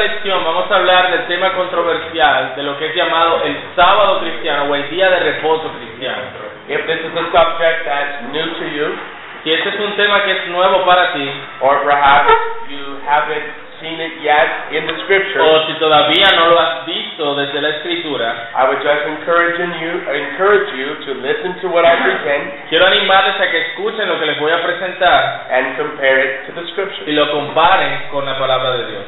lección vamos a hablar del tema controversial de lo que es llamado el sábado cristiano o el día de reposo cristiano. If this is a subject that's new to you, Si este es un tema que es nuevo para ti or perhaps you haven't seen it yet in the scriptures, o si todavía no lo has visto desde la escritura, I would just encouraging you, encourage you to listen to what I present quiero animarles a que escuchen lo que les voy a presentar and compare it to the y scriptures. lo comparen con la palabra de Dios.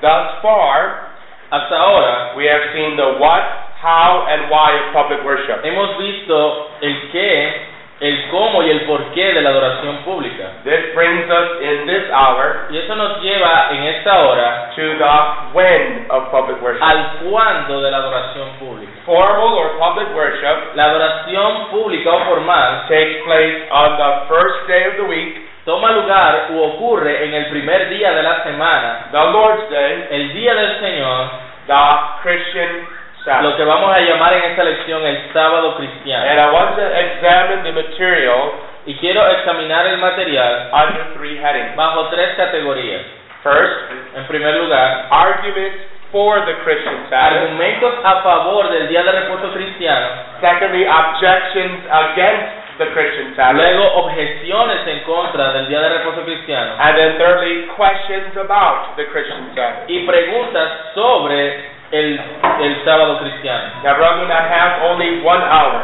Thus far, Hasta ahora we have seen the what, how, and why of public worship. hemos visto el qué, el cómo y el porqué de la adoración pública. This brings us in this hour Y eso nos lleva en esta hora to the when of public worship. al cuándo de la adoración pública. Formal or public worship La adoración pública o formal takes place on the first day of the week, toma lugar u ocurre en el primer día de la semana, the Lord's Day, el día del Señor, the Christian lo Sabbath. que vamos a llamar en esta lección el sábado And cristiano. I want to examine the material Y quiero examinar el material under three headings. bajo tres categorías. First, En primer lugar, arguments for the Christian Sabbath. argumentos a favor del día de reposo cristiano, Secondly, objections against the Christian Sabbath. luego objeciones en contra del día de reposo cristiano And then thirdly, questions about the Christian Sabbath. y preguntas sobre el, el sábado cristiano. Now, brethren, I have only one hour.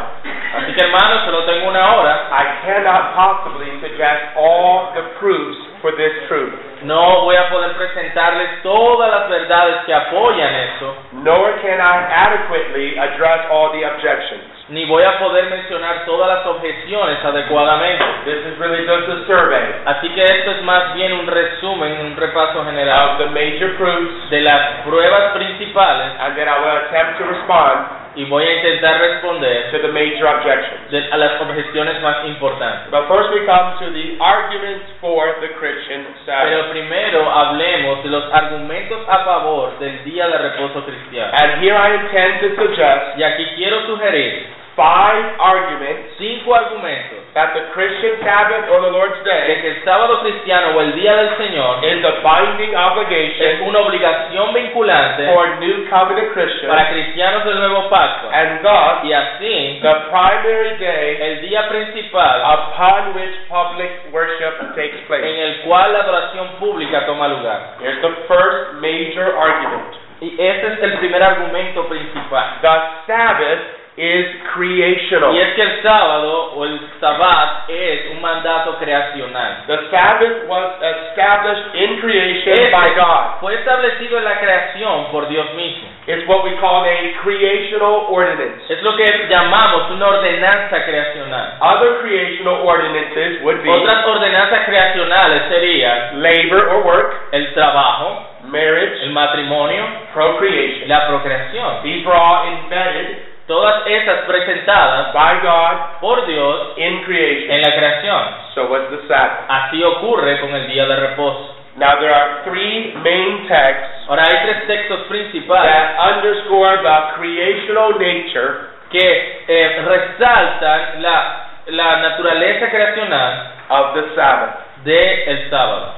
Así que hermanos, solo tengo una hora. I cannot possibly suggest all the proofs for this truth, No voy a poder presentarles todas las verdades que apoyan esto, nor can I adequately address all the objections. ni voy a poder mencionar todas las objeciones adecuadamente. This is really just a survey Así que esto es más bien un resumen, un repaso of general the major proofs, de las pruebas principales and then I will attempt to respond y voy a intentar responder to the major objections. de- a las objeciones más importantes. But first we come to the arguments for the Christian Sabbath. Pero primero hablemos de los argumentos a favor del día de reposo cristiano. And here I intend to suggest Y aquí quiero sugerir five arguments cinco argumentos that the Christian Sabbath or the Lord's de Day que el sábado cristiano o el día del Señor is a binding es obligation una obligación vinculante for New para Covenant Christians, cristianos del nuevo pacto and thus y así the primary day el día principal upon which public worship takes en place. el cual la adoración pública toma lugar. Here's the first major argument. Y ese es el primer argumento principal. The Sabbath is creational. Y es que el sábado o el sabbat es un mandato creacional. The Sabbath was established in creation Este by God. Fue establecido en la creación por Dios mismo. It's what we call a creational ordinance. Es lo que llamamos una ordenanza creacional. Other creational ordinances would be Otras ordenanzas creacionales serían labor or work, el trabajo, marriage, el matrimonio, procreation. la procreación. These were all embedded Todas esas presentadas by God por Dios in creation. en la creación. So was the Sabbath. Así ocurre con el día de reposo. Now there are three main texts Ahora hay tres textos principales that underscore the creational nature que eh, resaltan la, la naturaleza creacional of the Sabbath. del sábado.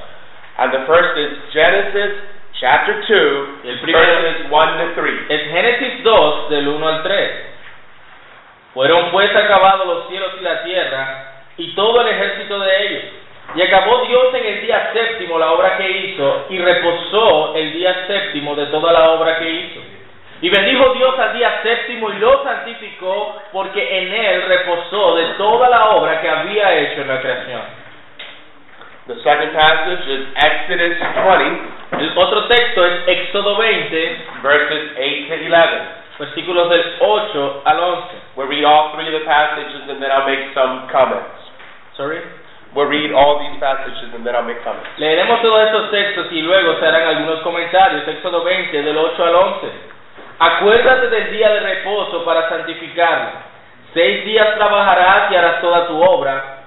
And the first is Genesis chapter 2, El primero verses 1 to 3. es Génesis 2 del 1 al 3. Fueron pues acabados los cielos y la tierra y todo el ejército de ellos. Y acabó Dios en el día séptimo la obra que hizo y reposó el día séptimo de toda la obra que hizo. Y bendijo Dios al día séptimo y lo santificó porque en él reposó de toda la obra que había hecho en la creación. The second passage is Exodus 20, El otro texto es Éxodo 20, verses 8 to 11. versículos del 8 al 11. We'll read all three of the passages and then I'll make some comments. Sorry. We'll read all these passages and then I'll make comments. Leeremos todos estos textos y luego se harán algunos comentarios. Éxodo 20, del 8 al 11. Acuérdate del día de reposo para santificarlo. Seis días trabajarás y harás toda tu obra,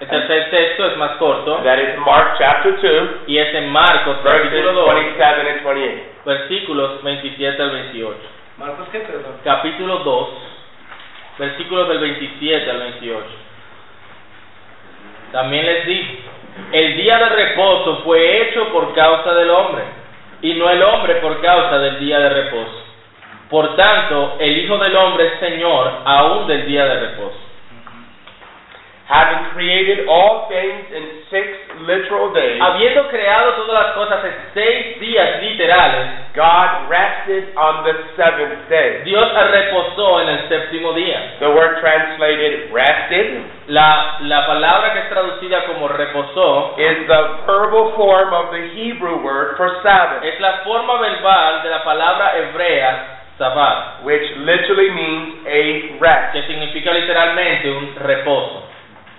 El tercer texto es más corto That is Mark chapter 2, y es en Marcos verses capítulo 2, 27 and 28. versículos 27 al 28. Marcos, ¿qué perdón? Capítulo 2, versículos del 27 al 28. También les dijo, el día de reposo fue hecho por causa del hombre, y no el hombre por causa del día de reposo. Por tanto, el Hijo del Hombre es Señor aún del día de reposo. Having created all things in six literal days, Habiendo creado todas las cosas en seis días literales, God rested on the seventh day. Dios reposó en el séptimo día. The word translated rested La, la palabra que es traducida como reposó is the verbal form of the Hebrew word for Sabbath, es la forma verbal de la palabra hebrea sabbat, which literally means a rest. que significa literalmente un reposo.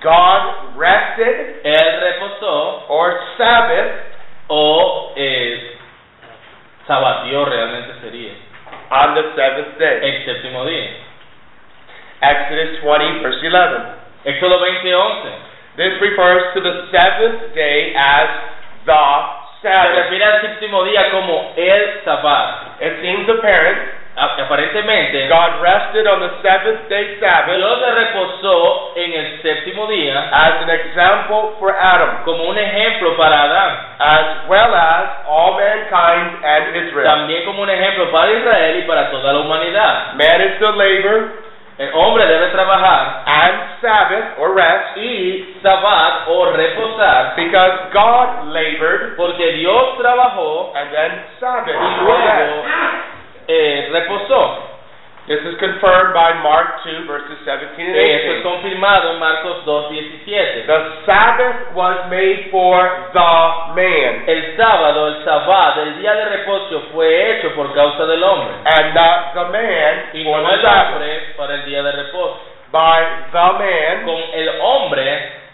God rested Él reposó or Sabbath o eh, sabatió realmente sería on the seventh day. el séptimo día. Exodus 20, verse 11. Éxodo 20:11 This refers to the seventh day as the se Sabbath. refiere al séptimo día como el sabbat. It seems apparent A- Aparentemente, God rested on the seventh day Sabbath Dios se reposó en el séptimo día as an example for Adam, como un ejemplo para Adán, as well as all mankind and Israel. también como un ejemplo para Israel y para toda la humanidad. Man is to labor El hombre debe trabajar and Sabbath or rest y sabat o reposar, because God labored porque Dios trabajó and then Sabbath. y or rest. luego eh, reposó. This is confirmed by Mark 2 verses 17 Eh, Eso and es 18. confirmado en Marcos 2.17. The Sabbath was made for the man El sábado, el sabat, el día de reposo fue hecho por causa del hombre and not the man y for no the el Sabbath. hombre para el día de reposo. By the man Con el hombre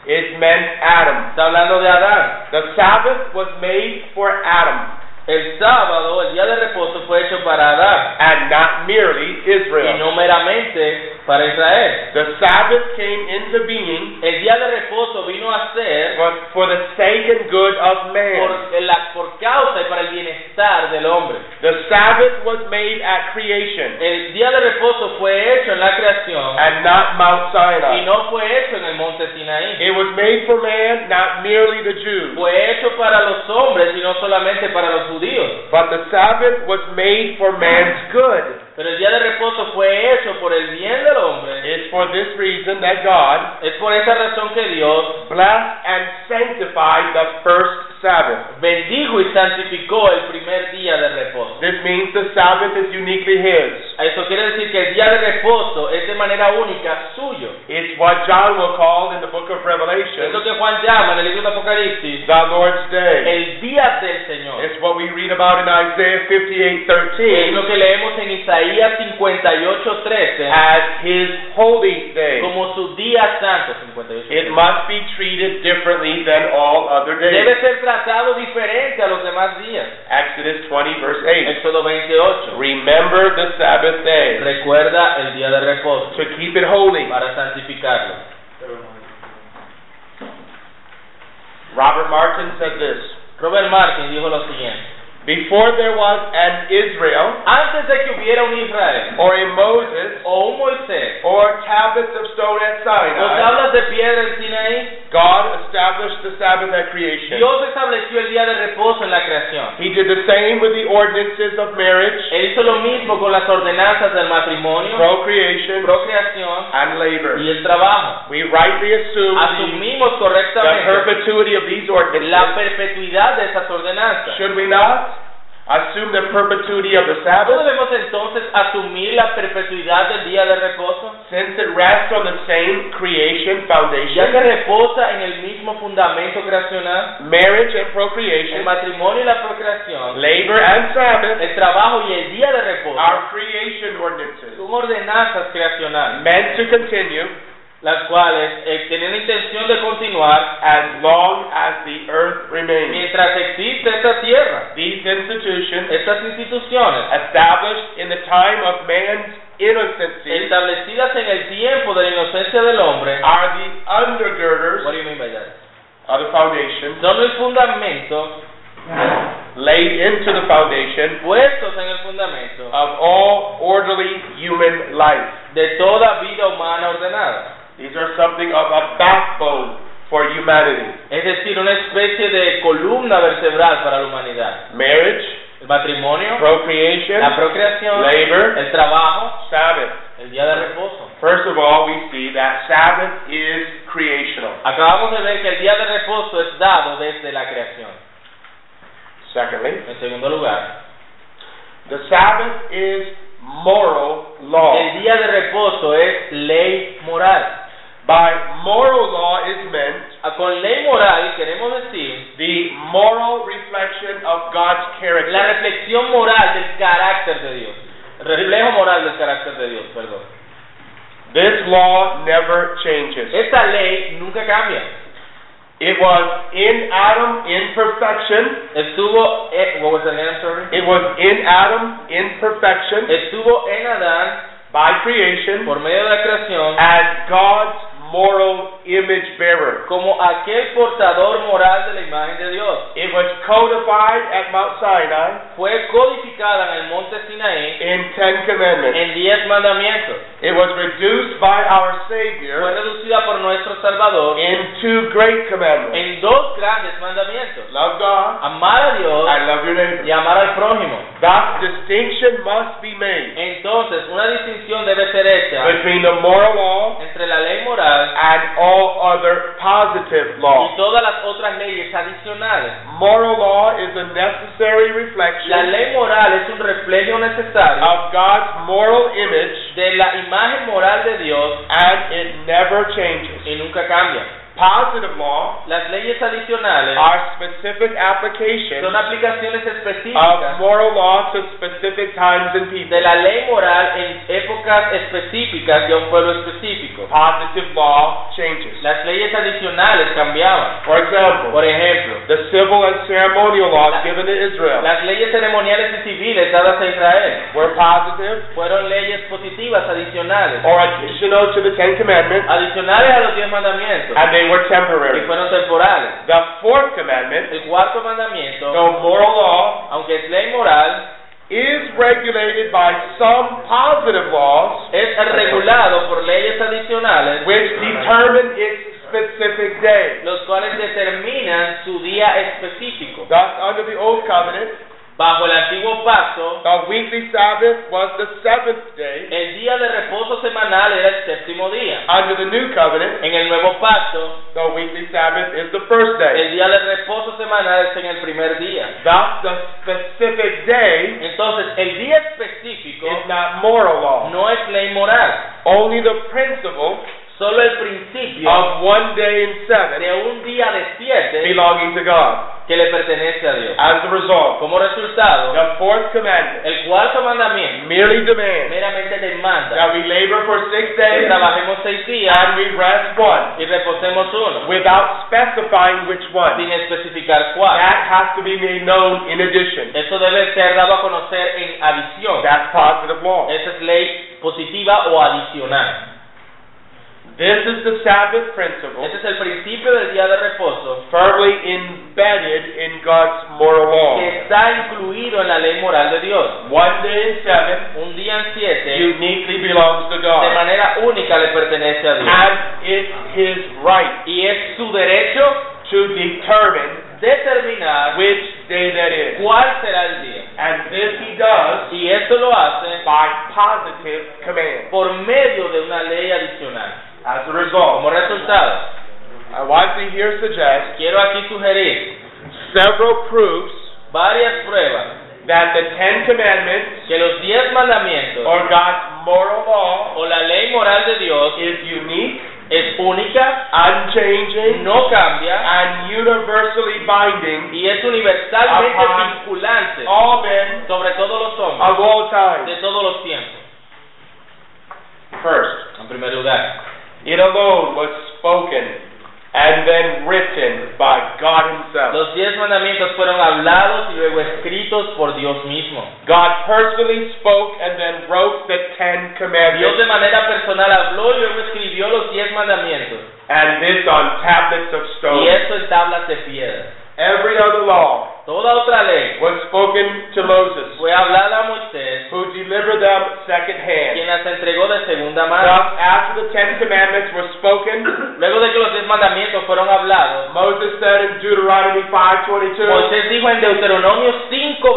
is meant Adam. está hablando de Adán. The Sabbath was made for Adam El sábado, el día de reposo, fue hecho para Adán and not merely y Israel. no meramente para Israel. The Sabbath came into being El día de reposo vino a ser for, for the sake and good of man. por, la, por causa y para el bienestar del hombre. The Sabbath was made at creation El día de reposo fue hecho en la creación and not Mount y Sinai. no fue hecho en el monte Sinaí. It was made for man, not merely the Jews. Fue hecho para los hombres y no solamente para los judíos. But the Sabbath was made for man's good. Pero el día de reposo fue hecho por el bien del hombre. It's for this reason that God Es por esa razón que Dios blessed and sanctified the first Sabbath. bendijo y santificó el primer día de reposo. This means the Sabbath is uniquely His. Eso quiere decir que el día de reposo es de manera única suyo. It's what John will call in the book of Es lo Revelation que Juan llama en el libro de Apocalipsis the Lord's Day. el día del Señor. It's what we read about in Isaiah Es 58:13 lo que leemos en Isaías 58, 13 as His holy day. como su día santo. 58, It must be treated differently than all other days. Debe ser tratado diferente a los demás días. Exodus 20 verse 8. Éxodo 28. Remember the Sabbath day. Recuerda el día de reposo to keep it holy. para santificarlo. Robert Martin said this Robert Martin dijo lo siguiente. Before there was an Israel, Antes de que hubiera un Israel or a Moses, o un Moisés or tablets of stone o at Sinai, tablas de piedra en Sinaí, God established the Sabbath at creation. Dios estableció el día de reposo en la creación. He did the same with the ordinances of marriage, Él hizo lo mismo con las ordenanzas del matrimonio, procreation, procreación and labor. y el trabajo. We rightly assume the, Asumimos the correctamente perpetuity of these la ordinances. perpetuidad de esas ordenanzas. Should we not assume the perpetuity of the ¿No Sabbath? debemos entonces asumir la perpetuidad del día de reposo? Since it rests on the same creation Ya foundation, que reposa en el mismo fundamento creacional, marriage and el procreation, matrimonio y la procreación, labor and Sabbath el trabajo y el día de reposo are creation ordinances son ordenanzas creacionales meant to continue las cuales eh, tenían intención de continuar as long as the earth remains. mientras existe esta tierra. These institutions, Estas instituciones, established in the time of man's innocency, establecidas en el tiempo de la inocencia del hombre, are the undergirders What do you mean by that? of the foundation, son el fundamento, laid into the foundation puestos en el fundamento of all orderly human life. de toda vida humana ordenada. These are something of a backbone for humanity. Es decir, una especie de columna vertebral para la humanidad. Marriage, El matrimonio, la procreation, procreación, labor, el trabajo, Sabbath. el día de reposo. First of all, we see that Sabbath is creational. Acabamos de ver que el día de reposo es dado desde la creación. Secondly, En segundo lugar, the Sabbath is moral law. el día de reposo es ley moral. By moral law is meant Ah, Con ley moral queremos decir the moral reflection of God's la character. reflexión moral del carácter de Dios. El reflejo moral del carácter de Dios, perdón. This law never changes. Esta ley nunca cambia. It was in Adam in perfection. Estuvo, eh, what was the name, sorry? It was in Adam in perfection estuvo en Adán by creation. por medio de la creación as God's moral image bearer. como aquel portador moral de la imagen de Dios. It was codified at Mount Sinai Fue codificada en el monte Sinaí in Ten Commandments. en diez mandamientos. It was reduced by our Fue Savior reducida por nuestro Salvador in two great commandments. en dos grandes mandamientos. Love God Amar a Dios and love your y neighbor. amar al prójimo. That distinction must be made Entonces, una distinción debe ser hecha between the moral law entre la ley moral and all other positive y laws. todas las otras leyes adicionales. Moral law is a necessary La reflection ley moral es un reflejo necesario of God's moral image de la imagen moral de Dios and it never changes. y nunca cambia. Positive law Las leyes adicionales are specific son applications aplicaciones of específicas moral law to specific times and de people. la ley moral en épocas específicas de un pueblo específico. Positive law changes. Las leyes adicionales cambiaban. For example, Por ejemplo, the civil and ceremonial laws given to Israel las leyes ceremoniales y civiles dadas a Israel were positive fueron leyes positivas adicionales, or additional to the Ten Commandments, adicionales a los diez mandamientos, and they were y temporary. fueron temporales. The fourth commandment, El cuarto mandamiento, though moral law, aunque es ley moral, is regulated by some positive laws es regulado por leyes adicionales, which determine its specific day. los cuales determinan su día específico. Thus, under the Old Covenant, Bajo el antiguo pacto, The weekly Sabbath was the seventh day el día de reposo semanal era el séptimo día. under the new covenant. En el nuevo pacto, The weekly Sabbath is the first day. el día de reposo semanal es en el primer día. Thus, the specific day Entonces, el día específico is not moral law. no es ley moral, Only the principle solo el principio of one day in seven de un día de siete belonging to God. que le pertenece a Dios. As a result, Como resultado, the fourth commandment el cuarto mandamiento merely demands meramente demanda that we labor for six que days trabajemos seis días and we rest one y reposemos uno, without specifying which one. sin especificar cuál. That has to be made known in addition. Eso debe ser dado a conocer en adición. That's positive law. Esa es ley positiva o adicional. This is the Sabbath principle Ese es el principio del día de reposo firmly embedded in God's moral law. que está incluido en la ley moral de Dios. One day in seven Un día en siete uniquely belongs to de God. manera única le pertenece a Dios. And it's his right Y es su derecho to determine determinar which day that is. cuál será el día. And this he does Y esto lo hace by positive command. por medio de una ley adicional. As a result, Como resultado, I want to here suggest quiero aquí sugerir several proofs varias pruebas that the Ten Commandments que los diez mandamientos or God's moral law o la ley moral de Dios is unique, es única, unchanging, no cambia and universally binding y es universalmente Ajá. Oh. vinculante all men sobre todos los hombres of all de time. todos los tiempos. First, En primer lugar, It alone was spoken and then written by God Himself. Los diez mandamientos fueron hablados y luego escritos por Dios mismo. God personally spoke and then wrote the Ten Dios de Commandments, manera personal habló y luego escribió los diez mandamientos. and this on tablets of Y stone. eso en tablas de piedra. Every other law Toda otra ley was spoken to Moses, fue hablada a Moisés, who delivered them secondhand. quien las entregó de segunda mano. Thus, after the Ten Commandments were spoken, Luego de que los diez mandamientos fueron hablados, Moses said in Deuteronomy 5:22, Moisés dijo en Deuteronomio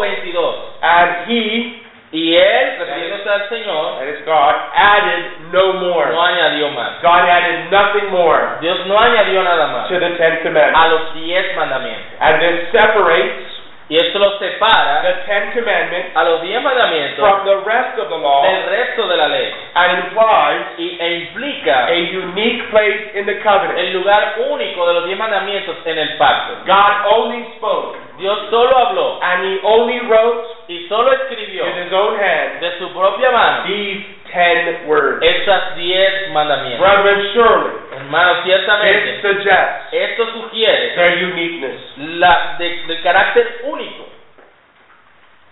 5:22, and He, y él, refiriéndose al Señor, that is God, added no more. no añadió más. God added nothing more Dios no añadió nada más to the Ten a Commandments, los diez mandamientos. and this separates Y esto los separa the Ten Commandments a los diez mandamientos from the rest of the law del resto de la ley and implies y, e implica a unique place in the covenant. el lugar único de los diez mandamientos en el pacto. God only spoke Dios solo habló and He only wrote y solo escribió with His own hand de su propia mano these ten words. estas diez mandamientos. Brethren, surely Hermanos, this ciertamente suggests esto sugiere their uniqueness. la de- del carácter único.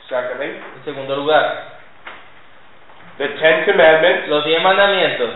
Secondly, En segundo lugar, the Ten Commandments los diez mandamientos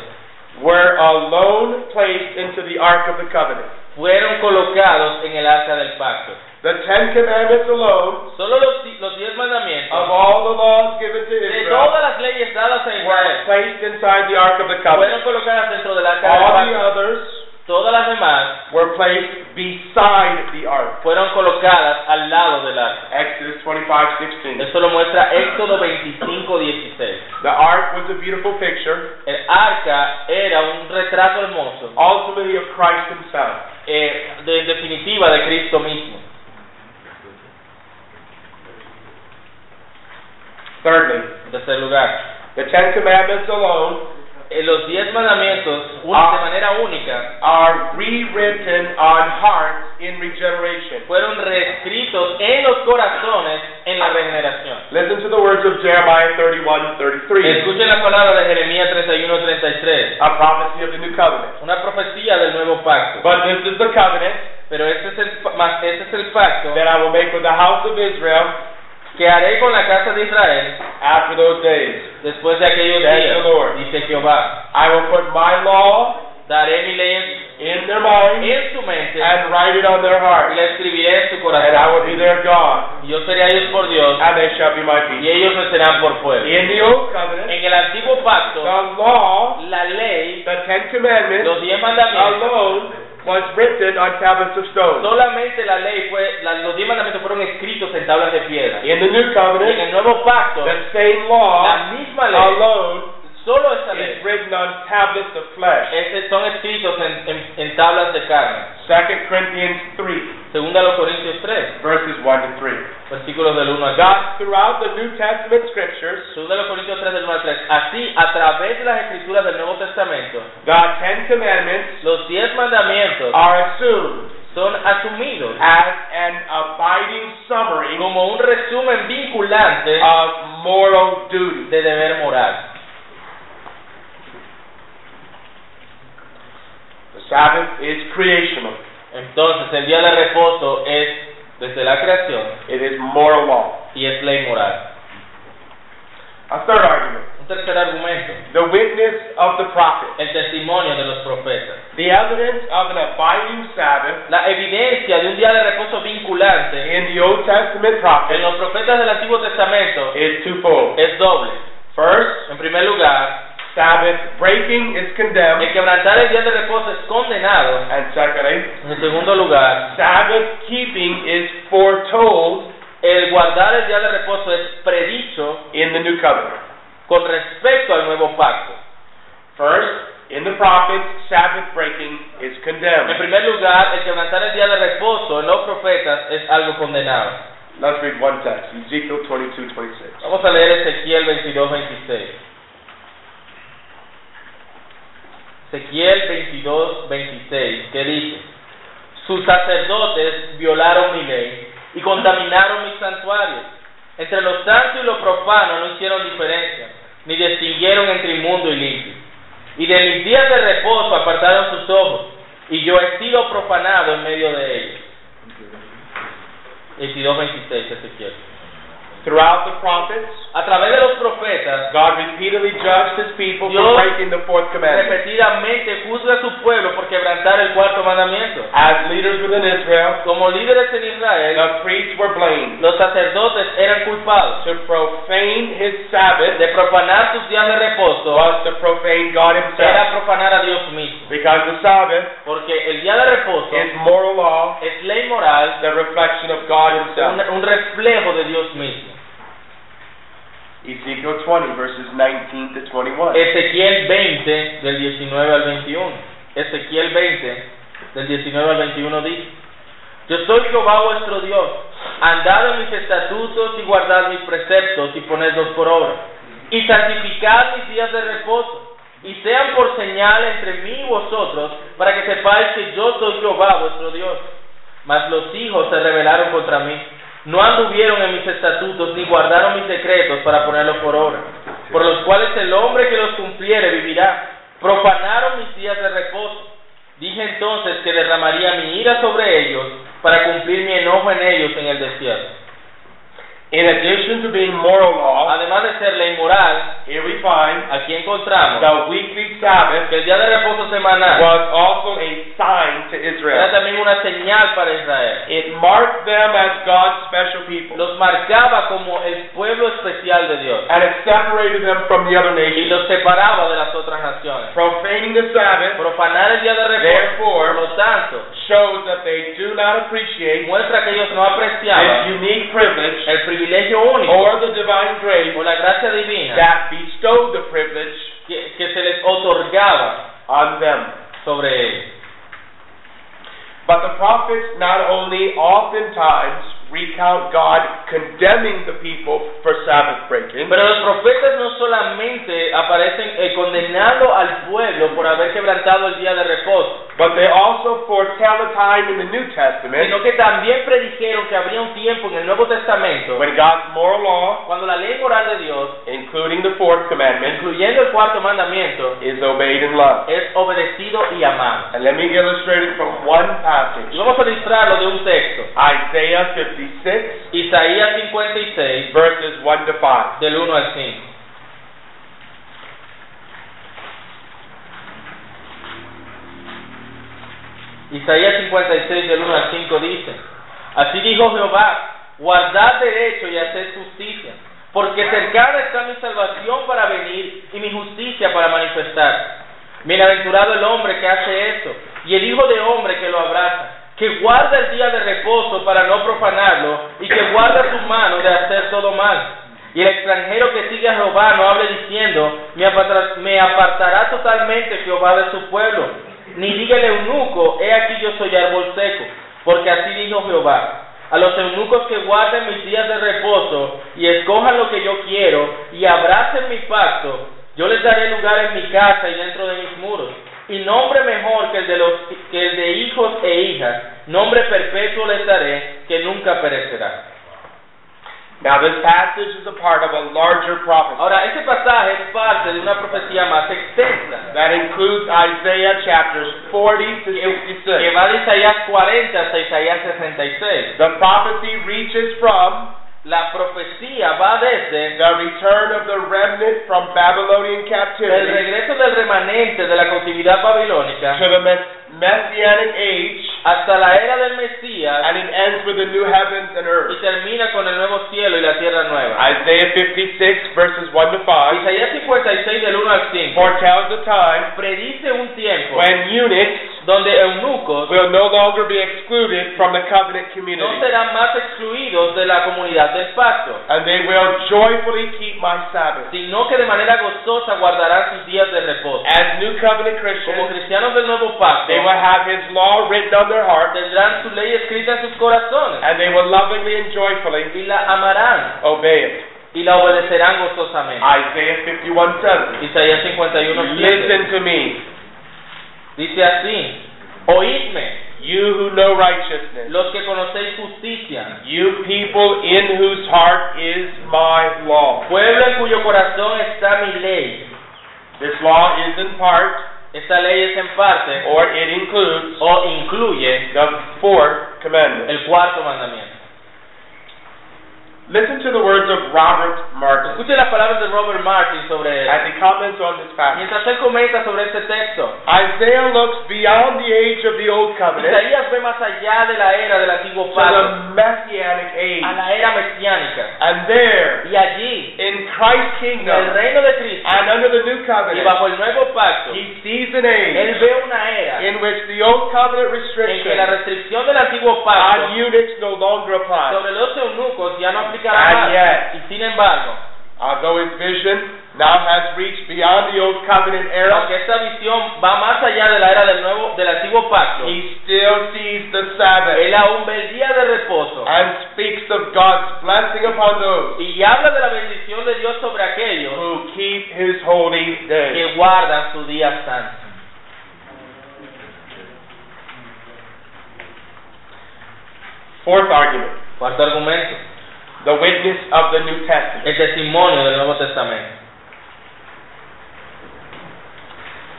were alone placed into the Ark of the Covenant. fueron colocados en el arca del pacto. The Ten Commandments alone, Solo los, di- los diez of mandamientos all the laws given to de Israel, todas las leyes dadas a were Israel placed inside the Ark of the fueron Covenant. colocadas dentro del arca All del the pacto. others Todas las demás were placed beside the Ark. fueron colocadas al lado del arca. Exodus 25:16. Esto lo muestra Éxodo 25, 16. The Ark was a beautiful picture, El arca era un retrato hermoso, ultimately of Christ Himself. eh, de, en definitiva, de Cristo mismo. Thirdly, En tercer lugar, the Ten Commandments alone eh, los diez mandamientos, un- Ah. de manera única, are rewritten on hearts in regeneration. fueron reescritos en los corazones en la regeneración. Listen to the words of Jeremiah 31, 33, Escuchen la palabra de Jeremías 31, 33, a prophecy of the new covenant. una profecía del nuevo pacto. But this is the covenant Pero este es el, pa- más, este es el pacto that I will make with the house of Israel que haré con la casa de Israel after those days. después de aquellos Says the Lord. días, dice Jehová. I will put my law Daré mi ley in their mind en su mente and write it on their y heart. la escribiré en su And I corazón. will be their God, Y Yo seré a ellos por Dios and they shall be my y people. ellos me serán por pueblo. In the old covenant, En el antiguo the pacto, law, la ley, the Ten Commandments, los diez mandamientos, alone was written on tablets of stone. solamente la ley fue, la- los diez mandamientos fueron escritos en tablas de piedra. In the new Y en covenant, el nuevo pacto, the same law la misma ley, alone solo esa is ley, written on tablets of flesh. es- son escritos en, en- en tablas de carne. 2 Corinthians 3, Segunda a los Corintios 3, verses 1 to 3. versículos del 1 al 3. Thus, throughout the New Testament scriptures, Segunda a los Corintios 3 del 1 al 3. Así, a través de las escrituras del Nuevo Testamento, the Ten Commandments los diez mandamientos are assumed son asumidos as an abiding summary como un resumen vinculante of moral duty. de deber moral. The Sabbath is creational, Entonces, el día de reposo es desde la creación it is moral law. y es ley moral. A third argument Un tercer argumento, the witness of the prophet. el testimonio de los profetas. The evidence of an abiding Sabbath La evidencia de un día de reposo vinculante in the Old Testament en prophets los profetas del Antiguo Testamento is twofold. es doble. First, En primer lugar, Sabbath breaking is condemned. el quebrantar el día de reposo es condenado. And secondly, En segundo lugar, Sabbath keeping is foretold el guardar el día de reposo es predicho in the new covenant. con respecto al nuevo pacto. First, in the prophets, Sabbath breaking is En condemned. primer lugar, el quebrantar el día de reposo en los profetas es algo condenado. Let's read one text, Ezekiel 22, 26. Vamos a leer Ezequiel 22, 26. Ezequiel 22, 26, que dice, sus sacerdotes violaron mi ley y contaminaron mis santuarios. Entre lo santo y lo profano no hicieron diferencia, ni distinguieron entre inmundo y limpio. Y de mis días de reposo apartaron sus ojos, y yo he sido profanado en medio de ellos. 22, 26, Ezequiel. Throughout the prophets, A través de los profetas, God repeatedly judged his people for Dios- breaking the fourth commandment. repetidamente juzga a su pueblo por quebrantar el cuarto mandamiento. As leaders within Israel, Como líderes en Israel, the priests were blamed los sacerdotes eran culpados to profane his Sabbath de profanar sus días de reposo, was to profane God himself. era profanar a Dios mismo. Because the Sabbath Porque el día de reposo is moral law, es ley moral, the reflection of God himself. un, un reflejo de Dios mismo. Ezekiel 20, verses 19 to 21. Ezequiel 20, del 19 al 21. Ezequiel 20, del 19 al 21 dice, Yo soy Jehová vuestro Dios, andad en mis estatutos y guardad mis preceptos y ponedlos por obra, y santificad mis días de reposo, y sean por señal entre mí y vosotros, para que sepáis que yo soy Jehová vuestro Dios. Mas los hijos se rebelaron contra mí, no anduvieron en mis estatutos ni guardaron mis decretos para ponerlos por obra por los cuales el hombre que los cumpliere vivirá. Profanaron mis días de reposo. Dije entonces que derramaría mi ira sobre ellos para cumplir mi enojo en ellos en el desierto. In addition to being moral law, Además de ser la inmoral, here we find aquí encontramos the weekly Sabbath que el día de reposo semanal was also a sign to era Israel. también una señal para Israel. It marked them as God's special people, Los marcaba como el pueblo especial de Dios and it separated them from the other y nations. los separaba de las otras naciones. Profaning the Sabbath, Profanar el día de reposo, por therefore, lo tanto, shows that they do not appreciate muestra que ellos no this apreciaban unique privilege el privilegio único or the divine grace o la gracia divina Oh, that bestowed the privilege que, que se les otorgaba on them. sobre él. But the prophets not only oftentimes recount God condemning the people for Sabbath breaking, Pero los profetas no solamente aparecen eh, condenando al pueblo por haber quebrantado el día de reposo, but they also foretell a time in the New Testament sino que también predijeron que habría un tiempo en el Nuevo Testamento when God's moral law, cuando la ley moral de Dios, including the fourth commandment, incluyendo el cuarto mandamiento, is obeyed in love. es obedecido y amado. And let me illustrate it from one passage. Y vamos a ilustrarlo de un texto. Isaiah 56, Isaías 56, verses 1 to 5. del 1 al 5. Isaías 56 del 1 al 5 dice, Así dijo Jehová, guardad derecho y haced justicia, porque cercana está mi salvación para venir y mi justicia para manifestar. Bienaventurado el hombre que hace esto, y el hijo de hombre que lo abraza, que guarda el día de reposo para no profanarlo, y que guarda sus manos de hacer todo mal. Y el extranjero que sigue a Jehová no hable diciendo, me apartará, me apartará totalmente Jehová de su pueblo. Ni diga el eunuco, he aquí yo soy árbol seco, porque así dijo Jehová. A los eunucos que guarden mis días de reposo y escojan lo que yo quiero y abracen mi pacto, yo les daré lugar en mi casa y dentro de mis muros. Y nombre mejor que el de, los, que el de hijos e hijas, nombre perpetuo les daré que nunca perecerá. Now, this passage is a part of a larger prophecy Ahora, este pasaje es parte de una profecía más extensa, that includes Isaiah chapters 40 to que 66. va de Isaías 40 hasta Isaías 66. The prophecy reaches from La profecía va desde the return of the remnant from Babylonian el captivity regreso del remanente de la cautividad babilónica to the mess- messianic age, hasta la era del Mesías and it ends with the new heavens and y earth. termina con el nuevo cielo y la tierra nueva. Isaiah 56 verses 1 to 5 Isaías 56 del 1 al 5 foretells a time predice un tiempo when eunuchs donde eunucos will no longer be excluded from the covenant no community, serán más excluidos de la comunidad del pacto, and they will joyfully keep my Sabbath. sino que de manera gozosa guardarán sus días de reposo. As new covenant Como Christians, cristianos del nuevo pacto, they will have His law written on their heart, tendrán su ley escrita en sus corazones and they will lovingly and joyfully y la amarán obey it. y la obedecerán gozosamente. Isaiah 51 7. Isaías 51 Listen to me, dice así: Oídme, you who know righteousness, los que conocéis justicia, you people in whose heart is my law. pueblo en cuyo corazón está mi ley. This law is in part, Esta ley es en parte or it includes, o incluye the fourth commandment. el cuarto mandamiento. Listen to the words of Robert Martin Escuche las palabras de Robert Martin sobre as esto. he comments on this passage. Mientras él comenta sobre este texto, Isaiah looks beyond the age of the Old Covenant Isaías ve más allá de la era del antiguo to the pacto, Messianic age. a la era mesiánica. And there, Y allí, in Christ's en el kingdom reino de Cristo and under the New y Covenant, bajo el nuevo pacto, he sees an age él ve una era in which the Old Covenant en que la restrictions restricción del antiguo on pacto eunuchs no longer apply. sobre los eunucos ya no aplicará And más. yet, Y sin embargo, although his vision now has reached beyond the Old Covenant era, aunque esta visión va más allá de la era del nuevo del antiguo pacto, he still sees the Sabbath él aún ve el día de reposo and speaks of God's blessing upon those y habla de la bendición de Dios sobre aquellos who keep his holy day. que guardan su día santo. Fourth argument. Cuarto argumento, the witness of the New Testament. el testimonio del Nuevo Testamento.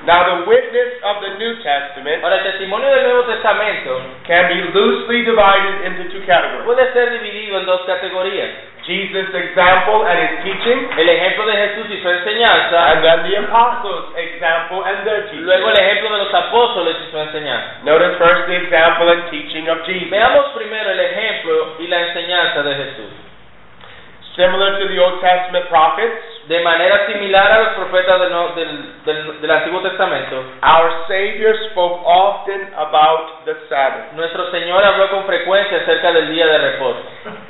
Now, the witness of the New Testament Ahora, el testimonio del Nuevo Testamento can be loosely divided into two categories puede ser dividido en dos categorías. Jesus' example and his teaching, El ejemplo de Jesús y su and enseñanza, then the apostles' example and their luego el teaching. ejemplo de los apóstoles y su enseñanza. Notice first the example and teaching of Jesus. Veamos primero el ejemplo y la enseñanza de Jesús. Similar to the Old Testament prophets, De manera similar a los profetas del, Nuevo- del- del- del Antiguo Testamento, our Savior spoke often about the Sabbath. nuestro Señor habló con frecuencia acerca del día de reposo.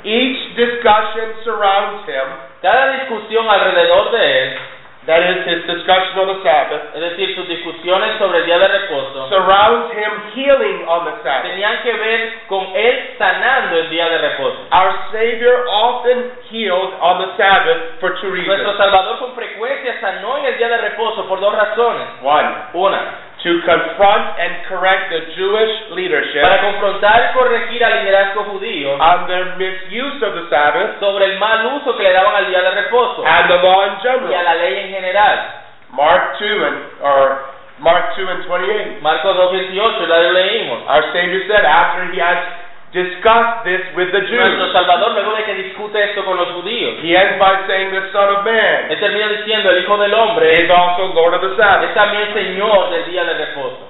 Each discussion surrounds him, Cada discusión alrededor de él, that is, his discussion on the Sabbath, es decir, sus discusiones sobre el día de reposo, surrounds him healing on the Sabbath. tenían que ver con él sanando el día de reposo. Our Savior often healed on the Sabbath for two Nuestro reasons. Salvador con frecuencia sanó en el día de reposo por dos razones. One, Una, to confront and correct the Jewish leadership para confrontar y corregir al liderazgo judío on their misuse of the Sabbath sobre el mal uso que le daban al día de reposo and the law in y a general. la ley en general. Mark 2 and or Mark 2 and 28. Marcos 2.18, la leímos. Our Savior said after he had discussed this with the Nuestro Jews, Salvador, luego de que discute esto con los judíos, he ends by saying the Son of Man él termina diciendo, el Hijo del Hombre is also Lord of the es Sabbath. también Señor del día de reposo.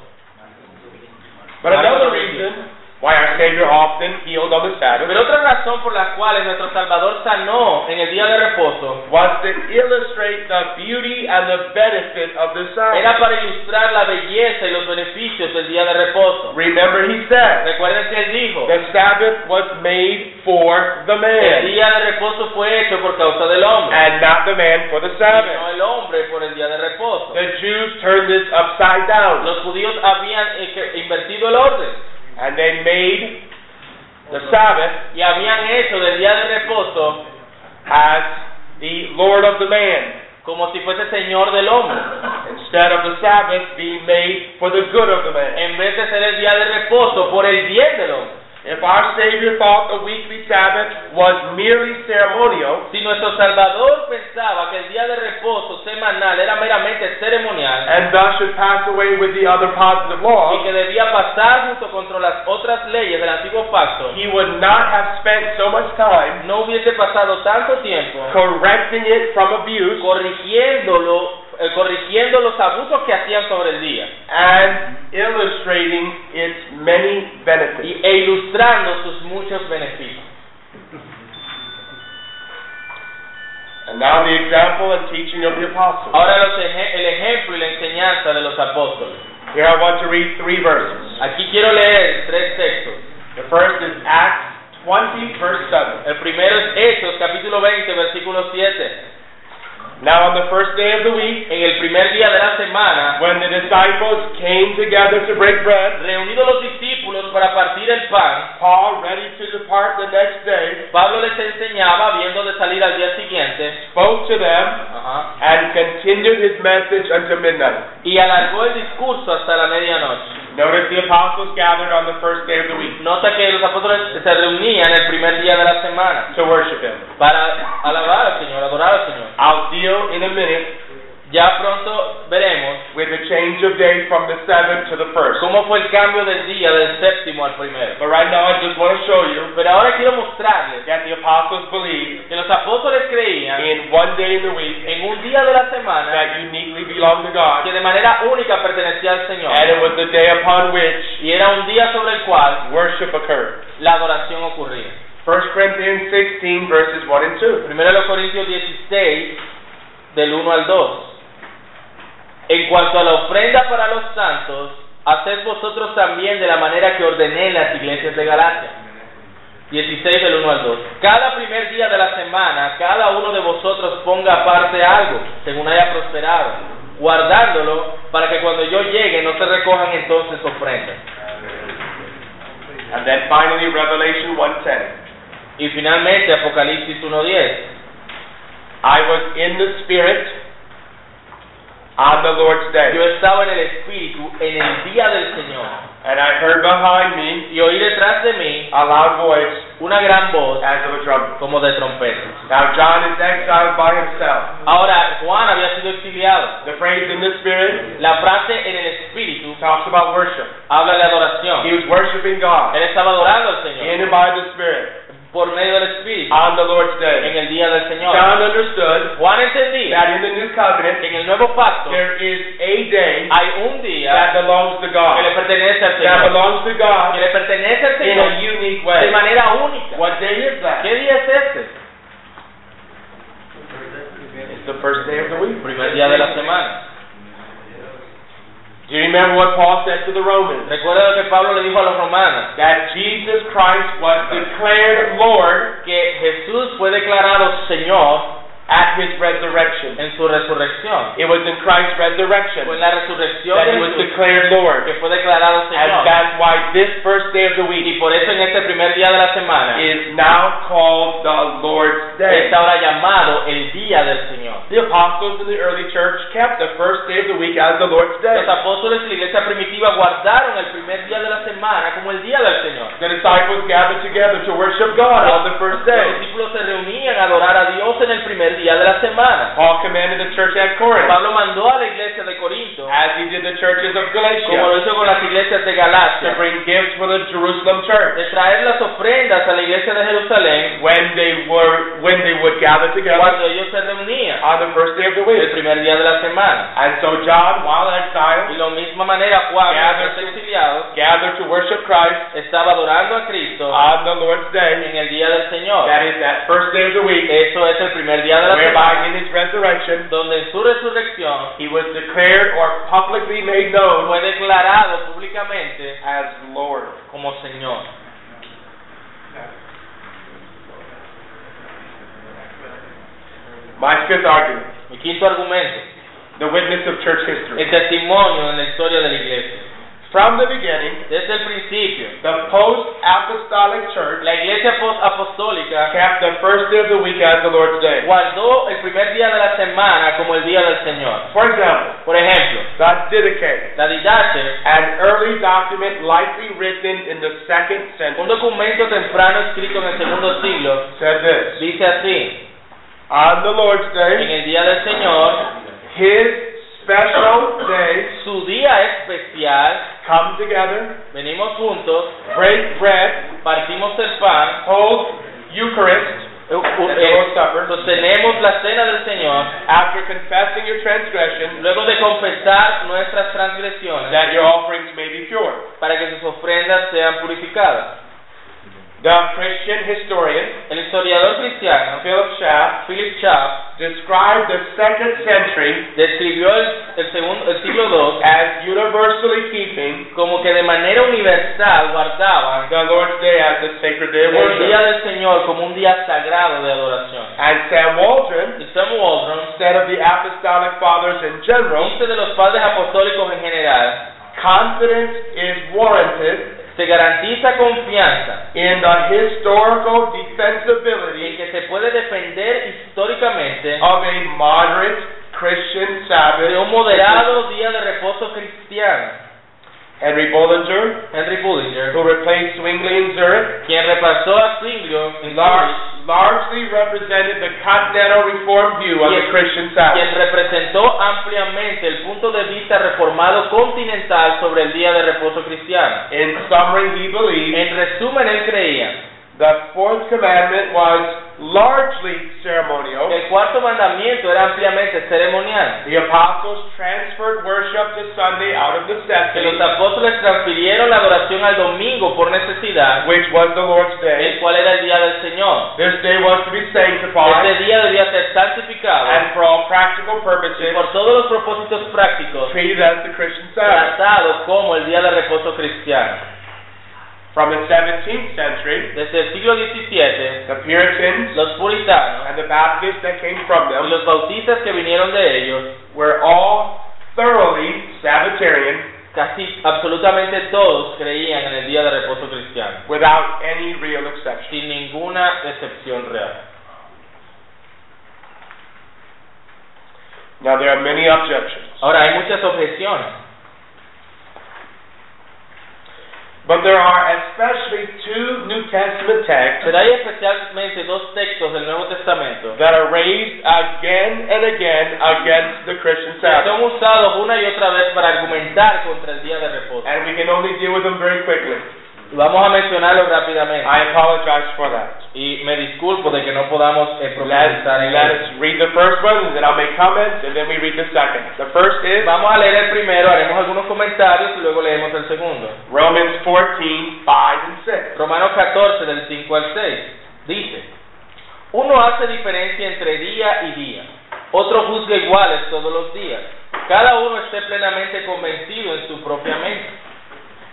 But another reason why our Savior often healed on the Sabbath Pero otra razón por la cual nuestro Salvador sanó en el día de reposo was to illustrate the beauty and the benefit of the era Sabbath. para ilustrar la belleza y los beneficios del día de reposo. Remember, he said, Recuerden que él dijo, the Sabbath was made for the el man, día de reposo fue hecho por causa del hombre, and not the man for the y no Sabbath. el hombre por el día de reposo. The Jews turned this upside down, Los judíos habían eh, que- invertido el orden and they made the Sabbath y habían hecho del día de reposo as the Lord of the man, como si fuese señor del hombre, instead of the Sabbath being made for the good of the man. en vez de ser el día de reposo por el bien del hombre. If our Savior thought the weekly Sabbath was merely ceremonial, Si nuestro Salvador pensaba que el día de reposo semanal era meramente ceremonial and thus should pass away with the other positive y laws, que debía pasar junto contra las otras leyes del antiguo pacto, he would not have spent so much time no hubiese pasado tanto tiempo correcting it from abuse corrigiéndolo, eh, corrigiendo los abusos que hacían sobre el día and illustrating its many benefits. y- e ilustrando sus muchos beneficios. And now the example and teaching of the apostles. Ahora los eje- el ejemplo y la enseñanza de los apóstoles. Here I want to read three verses. Aquí quiero leer tres textos. The first is Acts 20, verse 7. El primero es Hechos, capítulo 20, versículo 7. Now on the first day of the week, En el primer día de la semana, when the disciples came together to break bread, Reunidos los discípulos para partir el pan, Paul, ready to depart the next day, Pablo les enseñaba, viendo de salir al día siguiente, spoke to them and continued his message until midnight. y alargó el discurso hasta la medianoche. Notice the apostles gathered on the first day of the week Nota que los apóstoles se reunían el primer día de la semana to worship him. para alabar al Señor, adorar al Señor. I'll deal in a minute Ya pronto ve- change of day from the seventh to the first. ¿Cómo fue el cambio del día del séptimo al primero? But right now, I just want to show you Pero ahora quiero mostrarles that the apostles believed que los apóstoles creían in one day in the week en un día de la semana that uniquely belonged to God, que de manera única pertenecía al and Señor. it was the day upon which Y era un día sobre el cual worship occurred. la adoración ocurría. 1 Corinthians 16, verses 1 and 2. Primero los Corintios 16, del 1 al 2. En cuanto a la ofrenda para los santos, haced vosotros también de la manera que ordené en las iglesias de Galacia. 16 del 1 al 2. Cada primer día de la semana, cada uno de vosotros ponga aparte algo, según haya prosperado, guardándolo para que cuando yo llegue no se recojan entonces ofrendas. And then finally, Revelation 1:10. Y finalmente Apocalipsis 1.10. I was in the Spirit on the Lord's day, Yo estaba en el Espíritu en el día del Señor and I heard behind me y oí detrás de mí a loud voice una gran voz as of a trumpet. como de trompetas. Now John is exiled by himself. Ahora, Juan había sido exiliado. The phrase in the Spirit La frase en el Espíritu talks about worship. habla de He adoración. was worshiping God Él estaba adorando al Señor in and by the Spirit por medio del Espíritu on the Lord's en day. el día del Señor. John understood Juan entendía that in the New que Covenant en el nuevo pacto there is a day hay un día that belongs que to le God, pertenece al that Señor, belongs to God que le pertenece al in a Señor unique de way. manera única. What day is that? ¿Qué día es este? It's the first day of the week. Primer día de la semana. Do you remember what Paul said to the Romans? Recuerda lo que Pablo le dijo a los romanos, That Jesus Christ was declared Lord que Jesús fue declarado Señor at his resurrection. en su resurrección. It was in Christ's resurrection Fue en la resurrección that he de was Jesús declared Lord. que fue declarado And Señor. that's why this first day of the Y week por eso en este primer día de la semana is now called the Lord's Day. es ahora llamado el Día del Señor. The apostles in the early church kept the first day of the week as the Lord's Day. Los apóstoles y la iglesia primitiva guardaron el primer día de la semana como el Día del Señor. The disciples gathered together to worship God on the Los first day. discípulos se reunían a adorar a Dios en el primer día de la semana. Paul commanded the church at Corinth, Pablo mandó a la iglesia de Corinto, as he did the churches of como lo Galatia, hizo con las iglesias de to Galacia, bring gifts for the Jerusalem church. de traer las ofrendas a la iglesia de Jerusalén When they were, when they would gather together cuando ellos se reunían on the first day of the Pues, el week. primer día de la semana. And so John, while Y de exiled, la misma manera Juan, cuando fue exiliado, gathered to worship Christ estaba adorando a Cristo on the Lord's day. en el día del Señor. That is that first day of the week, Eso es el primer día de la whereby semana, in his resurrection donde en su resurrección he was declared or publicly made known fue declarado públicamente as Lord. como Señor. My fifth argument. Mi quinto argumento, the witness of church history. el testimonio en la historia de la iglesia. From the beginning, Desde el principio, the post apostolic church la iglesia post- apostólica kept the first day of the week as the Lord's day. guardó el primer día de la semana como el día del Señor. For example, Por ejemplo, the Didache, La didache, an early document likely written in the second un century, documento temprano escrito en el segundo siglo, said this dice así, On the Lord's en day, el día del Señor, his special day, su día especial, come together, venimos juntos, break bread, partimos el pan, hold Eucharist, eh, and the eh, Lord's Supper, sostenemos la cena del Señor, after confessing your transgressions, luego de confesar nuestras transgresiones, that your offerings may be pure. para que sus ofrendas sean purificadas. The Christian historian El historiador cristiano, Philip Schaff Philip Schaff, described the second century describió el, el segundo, el siglo II as universally keeping como que de manera universal guardaban the Lord's Day as the sacred day of el día worship. del Señor como un día sagrado de adoración. And Sam Waldron Y Sam Waldron said of the Apostolic Fathers in general, dice de los padres apostólicos en general, confidence is warranted se garantiza confianza in the historical en defensibility que se puede defender históricamente of a moderate Christian Sabbath. de un moderado día de reposo cristiano. Henry Bollinger, Henry Bullinger, who replaced Zwingli in Zurich, quien repasó a Zwinglio en large, Zurich, largely represented the continental reform view of the Yes. Christian quien Sabbath. representó ampliamente el punto de vista reformado continental sobre el día de reposo cristiano. In summary, he believed En resumen, él creía the fourth commandment was largely ceremonial. que el cuarto mandamiento era ampliamente ceremonial, The apostles transferred worship to Sunday out of que necessity, los apóstoles transfirieron la adoración al domingo por necesidad, which was the Lord's el day. cual era el día del Señor. This day was to be Este sanctified, día debía ser santificado and for all practical y purposes, por todos los propósitos prácticos treated as the Christian Sabbath. tratado como el día de reposo cristiano. From the 17th century, Desde el siglo XVII, the Puritans los puritanos and the Baptists that came from y them los bautistas que vinieron de ellos were all thoroughly Sabbatarian casi absolutamente todos creían en el día de reposo cristiano, without any real exception. sin ninguna excepción real. Now, there are many objections, Ahora, hay muchas objeciones, but there are especially two New Testament texts pero hay especialmente dos textos del Nuevo Testamento that are raised again and again against the Christian que Sabbath. son usados una y otra vez para argumentar contra el día de reposo. And we can only deal with them very quickly. Vamos a mencionarlo rápidamente I apologize for that. y me disculpo de que no podamos eh, Let, profundizar en let él. us read the first one, and then I'll make comments, and then we read the second. The first is Vamos a leer el primero, haremos algunos comentarios y luego leemos el segundo. Romans 14, 5 and 6. Romanos 14, del 5 al 6, dice, uno hace diferencia entre día y día, otro juzga iguales todos los días, cada uno esté plenamente convencido en su propia mente.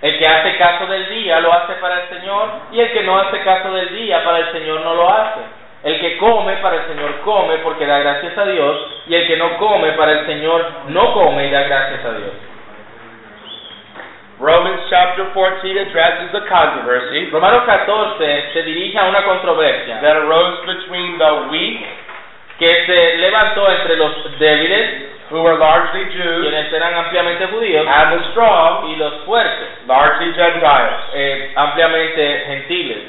El que hace caso del día lo hace para el Señor y el que no hace caso del día para el Señor no lo hace. El que come para el Señor come porque da gracias a Dios y el que no come para el Señor no come y da gracias a Dios. Romans chapter 14 addresses the controversy Romanos 14 se dirige a una controversia. that arose between the weak, que se levantó entre los débiles, who were largely Jews, quienes eran ampliamente judíos, and the strong, y los fuertes, largely Gentiles. eh, ampliamente gentiles.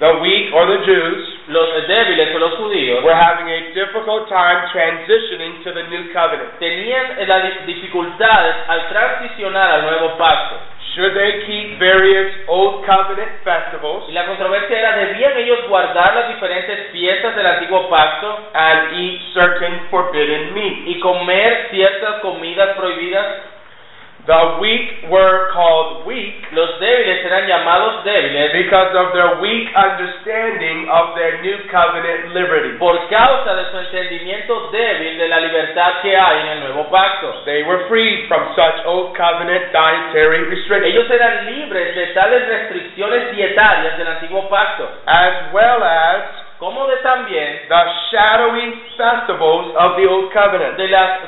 The weak, or the Jews, Los débiles o los judíos were having a difficult time transitioning to the new covenant. tenían eh, las di- dificultades al transicionar al nuevo pacto. Should they keep various Old Covenant festivals Y la controversia era, ¿debían ellos guardar las diferentes fiestas del antiguo pacto and eat certain forbidden meat? y comer ciertas comidas prohibidas? The weak were called weak Los débiles eran llamados débiles because of their weak understanding of their new covenant liberty. por causa de su entendimiento débil de la libertad que hay en el nuevo pacto. They were freed from such Old Covenant dietary restrictions Ellos eran libres de tales restricciones dietarias del antiguo pacto, as well as como de también the shadowy festivals of the Old Covenant. de las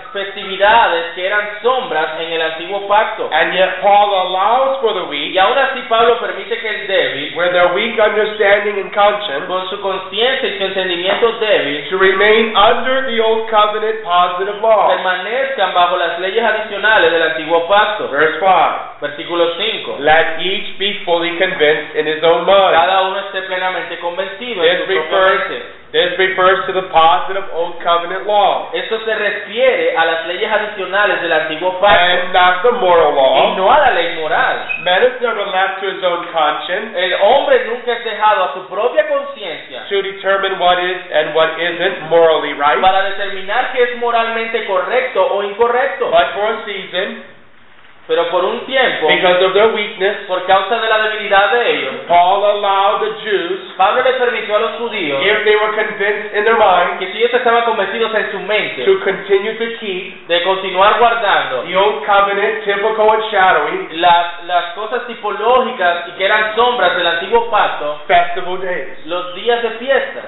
festividades que eran sombras en el antiguo pacto. And yet, Paul allows for the Y weak, aún así Pablo permite que el débil, with their weak understanding and conscience, con su conciencia y su entendimiento débil, to remain under the old covenant positive law. permanezcan bajo las leyes adicionales del antiguo pacto. Verse 5. Versículo 5. Let each be fully convinced in his own mind. Cada uno esté plenamente convencido en This su propia refers, mente. this refers to the positive old covenant law Esto se refiere a las leyes adicionales del antiguo pacto and not the moral y law. no a la ley moral. Man is never left to his own conscience El hombre nunca es dejado a su propia conciencia to determine what is and what isn't morally right, para determinar qué es moralmente correcto o incorrecto, but for a season, pero por un tiempo, because of their weakness, por causa de la debilidad de ellos, Paul allowed the Jews, Pablo le permitió a los judíos if they were convinced in their mind, que si ellos estaban convencidos en su to mente continue to keep de continuar guardando the old covenant, typical and shadowy, las, las cosas tipológicas y que eran sombras del antiguo pacto, festival days. los días de fiesta.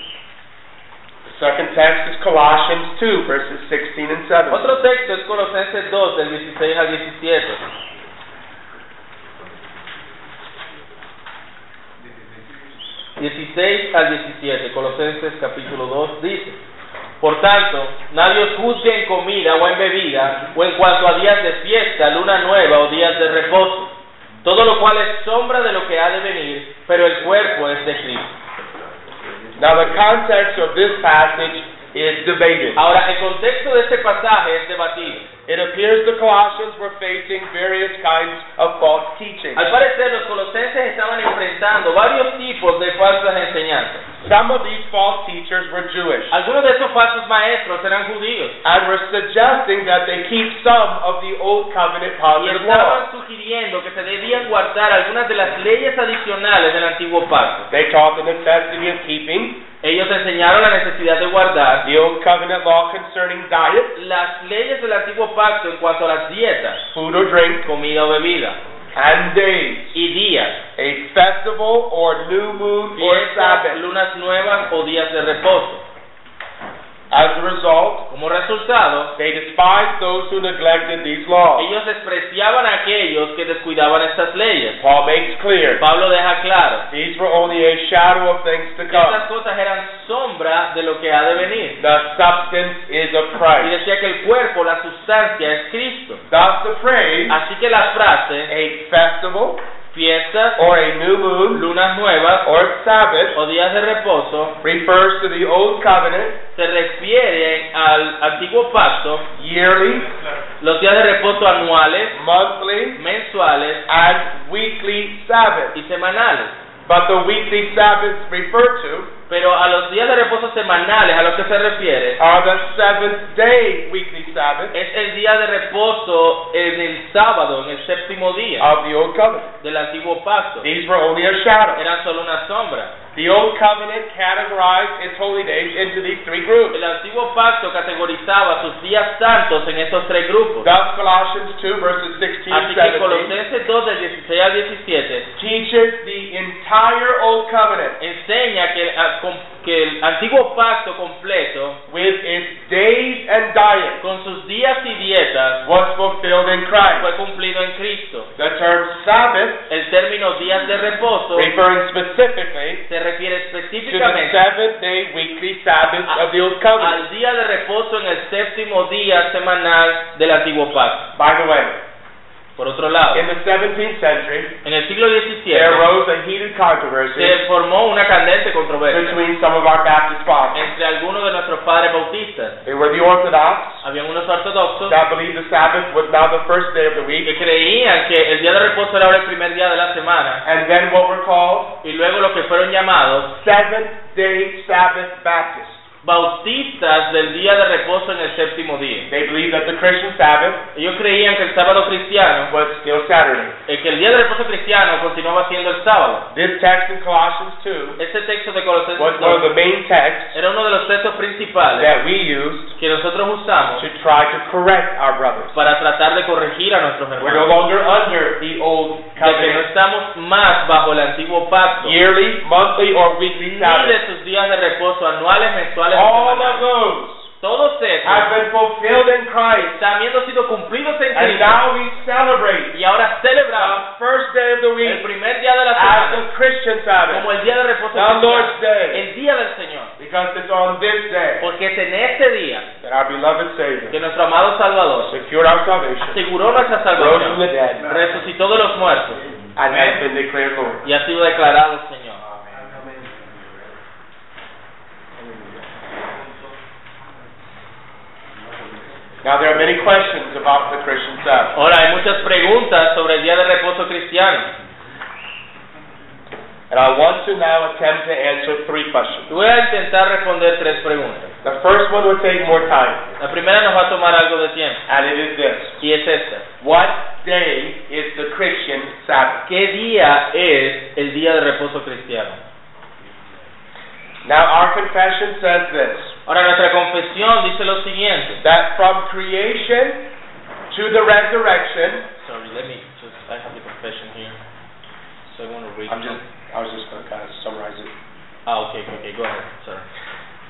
The second text is Colossians 2, verses 16 and 17. Otro texto es Colosenses 2, del 16 al 17. ...16 al 17... ...Colosenses capítulo 2 dice... ...por tanto, nadie os juzgue en comida o en bebida... ...o en cuanto a días de fiesta, luna nueva o días de reposo... todo lo cual es sombra de lo que ha de venir, pero el cuerpo es de Cristo. Now, the context of this passage is debated. Ahora, el contexto de este pasaje es debatido. It appears the Colossians were facing various kinds of false teaching. Al parecer, los colosenses estaban enfrentando varios tipos de falsas enseñanzas. Some of these false teachers were Jewish Algunos de esos falsos maestros eran judíos and were suggesting that they keep some of the Old Covenant y positive laws. estaban sugiriendo que se debían guardar algunas de las leyes adicionales del antiguo pacto. They taught the necessity of keeping Ellos enseñaron la necesidad de guardar the Old Covenant law concerning diet, las leyes del antiguo pacto en cuanto a las dietas, food or drink, comida o bebida, and days, y días, a festival or new moon or fiestas, Sabbath. lunas nuevas o días de reposo. As a result, Como resultado, they despised those who neglected these laws. ellos despreciaban a aquellos que descuidaban estas leyes. Paul makes clear Pablo deja claro these were only a shadow of things to que estas come. cosas eran sombra de lo que ha de venir. The substance is of Y Christ. decía que el cuerpo, la sustancia, es Cristo. Thus, the phrase Así que la frase, a festival fiestas, or a new moon lunas nuevas or Sabbath o días de reposo, refers to the Old Covenant se refieren al antiguo pacto, yearly, los días de reposo anuales, monthly, mensuales and weekly Sabbath. y semanales. But the weekly Sabbaths referred to Pero a los días de reposo semanales a los que se refiere are the seventh day weekly Sabbath es el día de reposo en el sábado, en el séptimo día of the Old Covenant. del antiguo pacto. These were only a shadow. Eran solo una sombra. The Old Covenant categorized its holy days into these three groups. El antiguo pacto categorizaba sus días santos en estos tres grupos. Thus, Colossians 2, verses 16 Así que and 17 Ah, Colosenses 2 del 16 al 17 teaches the entire Old Covenant enseña que el, a- com- que el antiguo pacto completo, with its days and diet con sus días y dietas, was fulfilled in Christ. fue cumplido en Cristo. The term Sabbath, El término días de reposo referring specifically se refiere to the específicamente seventh day weekly Sabbath of the Old Covenant. al día de reposo en el séptimo día semanal del antiguo pacto. By the way, Por otro lado, in the 17th century, en el siglo there XVII arose a heated controversy se formó una candente controversia between some of our Baptist fathers. entre algunos de nuestros padres bautistas. They were the Orthodox, Habían unos ortodoxos that believed the Sabbath was now the first day of the week, que creían que el día de reposo era ahora el primer día de la semana and then what were called y luego los que fueron llamados Seventh Day Sabbath Baptists. bautistas del día de reposo en el séptimo día. They believed that the Christian Sabbath Ellos creían que el sábado cristiano, was still Saturday. eh, que el día de reposo cristiano continuaba siendo el sábado. This text in Colossians Este texto de 2 was Colosenses one of 2 the main texts era uno de los textos principales that we used que nosotros usamos to try to correct our brothers. para tratar de corregir a nuestros We're no hermanos. longer under the De old que no covenant estamos más bajo el antiguo pacto, ni yearly, monthly, or weekly Sabbath. de sus días de reposo anuales, mensuales, All of semanales. those todos have estos been fulfilled in Christ, están habiendo sido cumplidos en and Cristo now we celebrate y ahora the celebramos first day of the week el primer día de la as semana the Christian Sabbath, como el día de reposo the Ah, Lord's cristiano, Day, el día del Señor, because it's on this day porque es en este día that our beloved Savior que nuestro amado Salvador secured our salvation, aseguró nuestra rose from salvación, the dead, resucitó de los muertos and has been declared Lord. y ha sido declarado Señor. Now there are many questions about the Christian Sabbath. Ahora hay muchas preguntas sobre el día de reposo cristiano. And I want to now attempt to answer three questions. Y Voy a intentar responder tres preguntas. The first one will take more time, La primera nos va a tomar algo de tiempo and it is this. y es esta. What day is the Christian Sabbath? ¿Qué día es el día de reposo cristiano? Now our confession says this, Ahora nuestra confesión dice lo siguiente. that from creation to the resurrection, Sorry, let me just, I have the confession here. So I want to read. I'm just, I was just going to kind of summarize it. Ah, okay, okay, go ahead, sorry.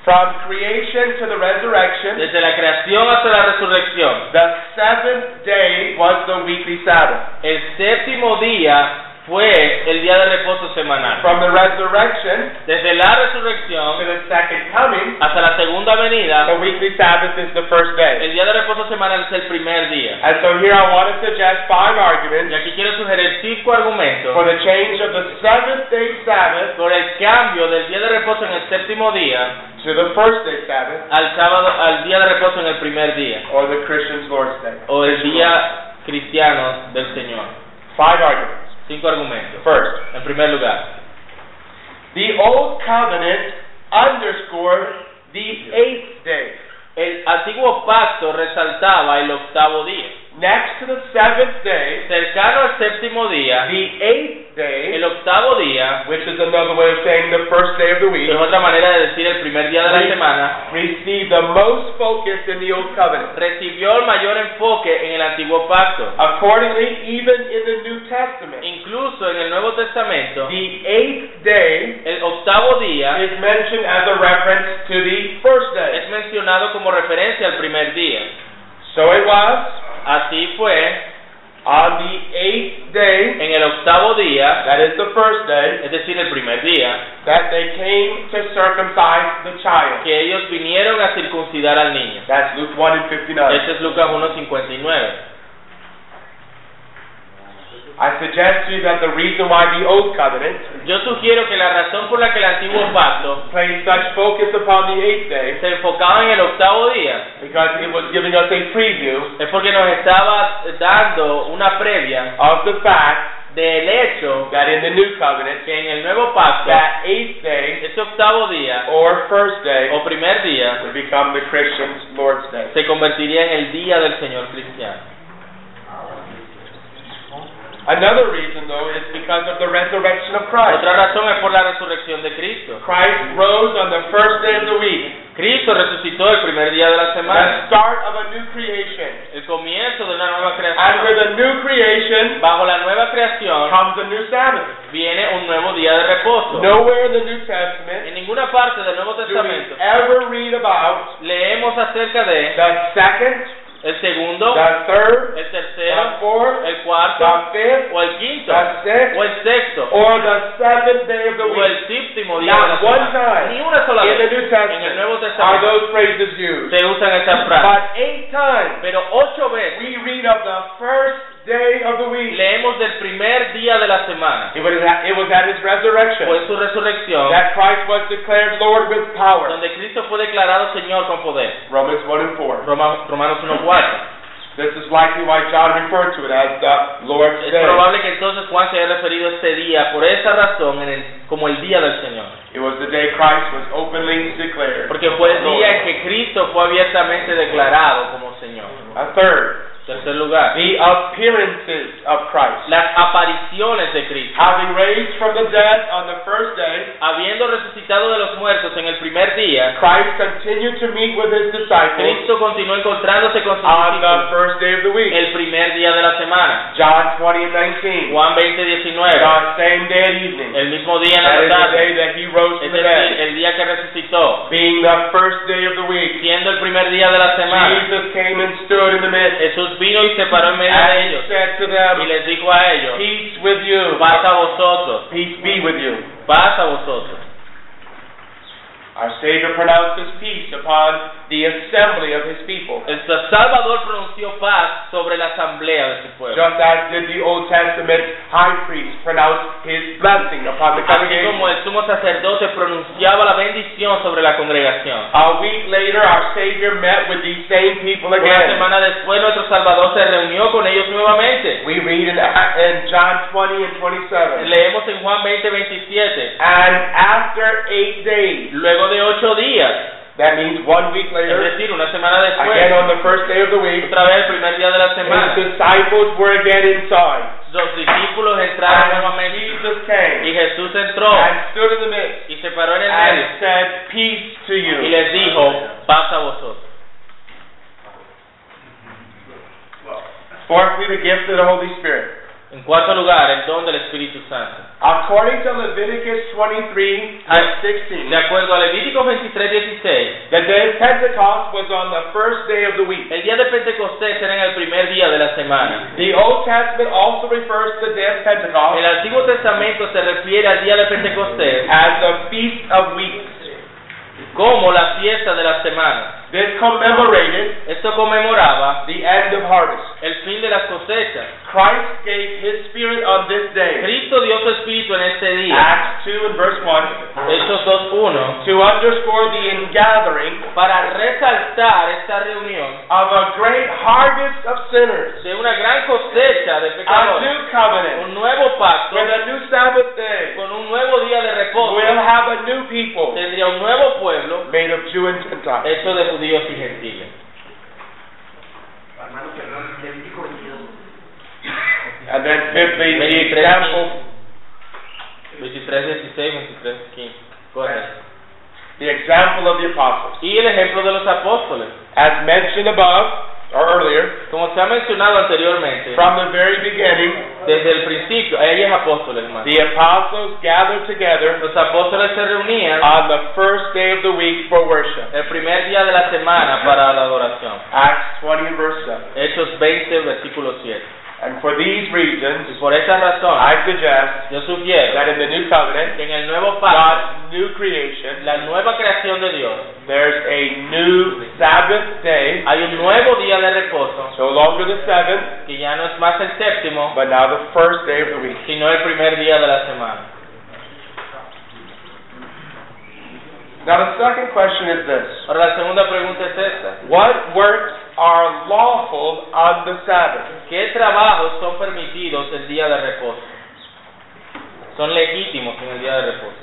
From creation to the resurrection, Desde la creación hasta la resurrección, the seventh day was the weekly Sabbath. el séptimo día fue el día de reposo semanal. From the resurrection Desde la to resurrección the second coming, hasta la segunda the venida, weekly Sabbath is the first day. el día de reposo semanal es el primer día. And so here I want to suggest five Y arguments aquí quiero sugerir cinco argumentos for the change of the seventh day Sabbath por el cambio del día de reposo en el séptimo día to the first day Sabbath al sábado al día de reposo en el primer día or the Christian's Lord's Day. o el día cristiano del Señor. Five arguments. Cinco argumentos. First, En primer lugar, the Old Covenant underscored the eighth day. el antiguo pacto resaltaba el octavo día. Next to the seventh day, Cercano al séptimo día, the eighth day, el octavo día, which is another way of saying the first day of the que es week, otra manera de decir el primer día de la Sí. semana, received the most focus in the Old Covenant. recibió el mayor enfoque en el antiguo pacto. Accordingly, even in the New Testament, Incluso en el Nuevo Testamento, the eighth day el octavo día is mentioned as a reference to the first day. es mencionado como referencia al primer día. So it was Así fue, on the eighth day, en el octavo día, that is the first day, es decir, el primer día, that they came to circumcise the child. que ellos vinieron a circuncidar al niño. That's Luke 1 and 59. Este es Lucas 1.59. I suggest to you that the reason why the Old Covenant Yo sugiero que la razón por la que el antiguo pacto placed such focus upon the eighth day, se enfocaba en el octavo día because it was giving us a preview es porque nos estaba dando una previa of the fact del hecho that in the New Covenant, que en el nuevo pacto, that eighth day ese octavo día or first day o primer día would become the Christian's Lord's Day. se convertiría en el día del Señor cristiano. Another reason, though, is because of the resurrection of Christ. Otra razón es por la resurrección de Cristo. Christ rose on the first day of the week, Cristo resucitó el primer día de la the semana, start of a new creation. el comienzo de una nueva And with creación. the new creation Bajo la nueva creación comes a new Sabbath. viene un nuevo día de reposo. Nowhere in the New Testament En ninguna parte del Nuevo do we Testamento ever read about leemos acerca de the second, el segundo, the third, el the tercero, fourth, el the cuarto, fifth, o el quinto, the sixth, o el sexto, or the seventh day of the o week. el séptimo día de la Not one semana. time Ni una sola In the vez New en el Testament Nuevo are Testamento those phrases used. se usan estas frases. But eight times Pero ocho veces we read of the first day of the week. leemos del primer día de la semana, It was at, it was at his fue resurrection en su resurrección, that Christ was declared Lord with power. donde Cristo fue declarado Señor con poder. Romans 1 and 4. Roma- Romanos 1.4. This is likely why John referred to it as the Lord's Es Day. probable que entonces Juan se haya referido a este día por esa razón en el- como el día del Señor. It was the day Christ was openly declared. Porque fue el día en Lord. que Cristo fue abiertamente declarado como Señor. A third, Tercer lugar, the appearances of Christ. las apariciones de Cristo. Having raised from the dead on the first day, Habiendo resucitado de los muertos en el primer día, Christ continued to meet with his disciples Cristo continuó encontrándose con sus on the discípulos first day of the week. el primer día de la semana. John 20 and 19. Juan 20, 19. The same day and evening. El mismo día en That la is the day tarde, that he rose es from the dead. decir, el día que resucitó, Being the first day of the week, siendo el primer día de la semana, Jesus came and stood in the midst Jesús vino y se paró en medio and de he ellos said to y them, les dijo a ellos, Peace with you. paz a vosotros, Peace be with you. paz a vosotros. Our Savior pronounced his peace upon the assembly of his people, El Salvador pronunció paz sobre la asamblea de su pueblo. just as did the Old Testament high priest pronounce his blessing upon the Así congregation. como el sumo sacerdote pronunciaba la bendición sobre la congregación. A week later, our Savior met with these same people Una again. semana después nuestro Salvador se reunió con ellos nuevamente. We read in, in John 20 and 27. Leemos en Juan 20, 27. And after eight days, Luego de ocho días, that means one week es later, decir, una semana again después, on the first day of the week, otra vez el primer día de la his semana, disciples were again inside. los discípulos entraron And nuevamente Jesus y came Jesús entró and stood in the midst y se paró en el and medio said, Peace to you. y les dijo, paz a vosotros. Fourthly, the gift of the Holy Spirit. En cuarto lugar, el don del Espíritu Santo. According to Leviticus 23 I- verse 16, De acuerdo a Levítico 23, 16, the day of Pentecost was on the first day of the week. el día de Pentecostés era en el primer día de la semana. The Old Testament also refers to the day of El Pentecost Antiguo Testamento se refiere al día de Pentecostés as the Feast of Weeks. como la fiesta de las semanas. This commemorated Esto conmemoraba the end of harvest. el fin de las cosechas. Christ gave his spirit on this day, Cristo dio su espíritu en este día, Acts 2 and verse 1, Hechos 2.1, to underscore the ingathering para resaltar esta reunión of a great harvest of sinners, de una gran cosecha de a pecadores, new covenant, un nuevo pacto, with a new Sabbath day. con un nuevo día de reposo. We'll have a new people Tendría un nuevo pueblo made of Jew and Gentile. hecho de judíos y gentiles. Hermano, perdón, Levítico 22. And then fifthly, the 23, example, 23, 16, 23, 15. Correcto. the example of the apostles. Y el ejemplo de los apóstoles. As mentioned above, or earlier, Como se ha mencionado anteriormente, from the very beginning, desde el principio, ahí es apóstoles, hermano. the apostles gathered together Los apóstoles se reunían on the first day of the week for worship. el primer día de la semana para la adoración. Acts 20 and verse 7. Hechos 20, versículo 7. And for these Y reasons, por esa razón, I suggest yo sugiero that in the new covenant, que en el nuevo pacto, God's new creation, la nueva creación de Dios, There's a new Sabbath day, hay un nuevo día de reposo, no longer the seventh, que ya no es más el séptimo, but now the first day of the week. sino el primer día de la semana. Now, the second question is this Ahora la segunda pregunta es esta. What works are lawful on the Sabbath? ¿Qué trabajos son permitidos el día de reposo? Son legítimos en el día de reposo.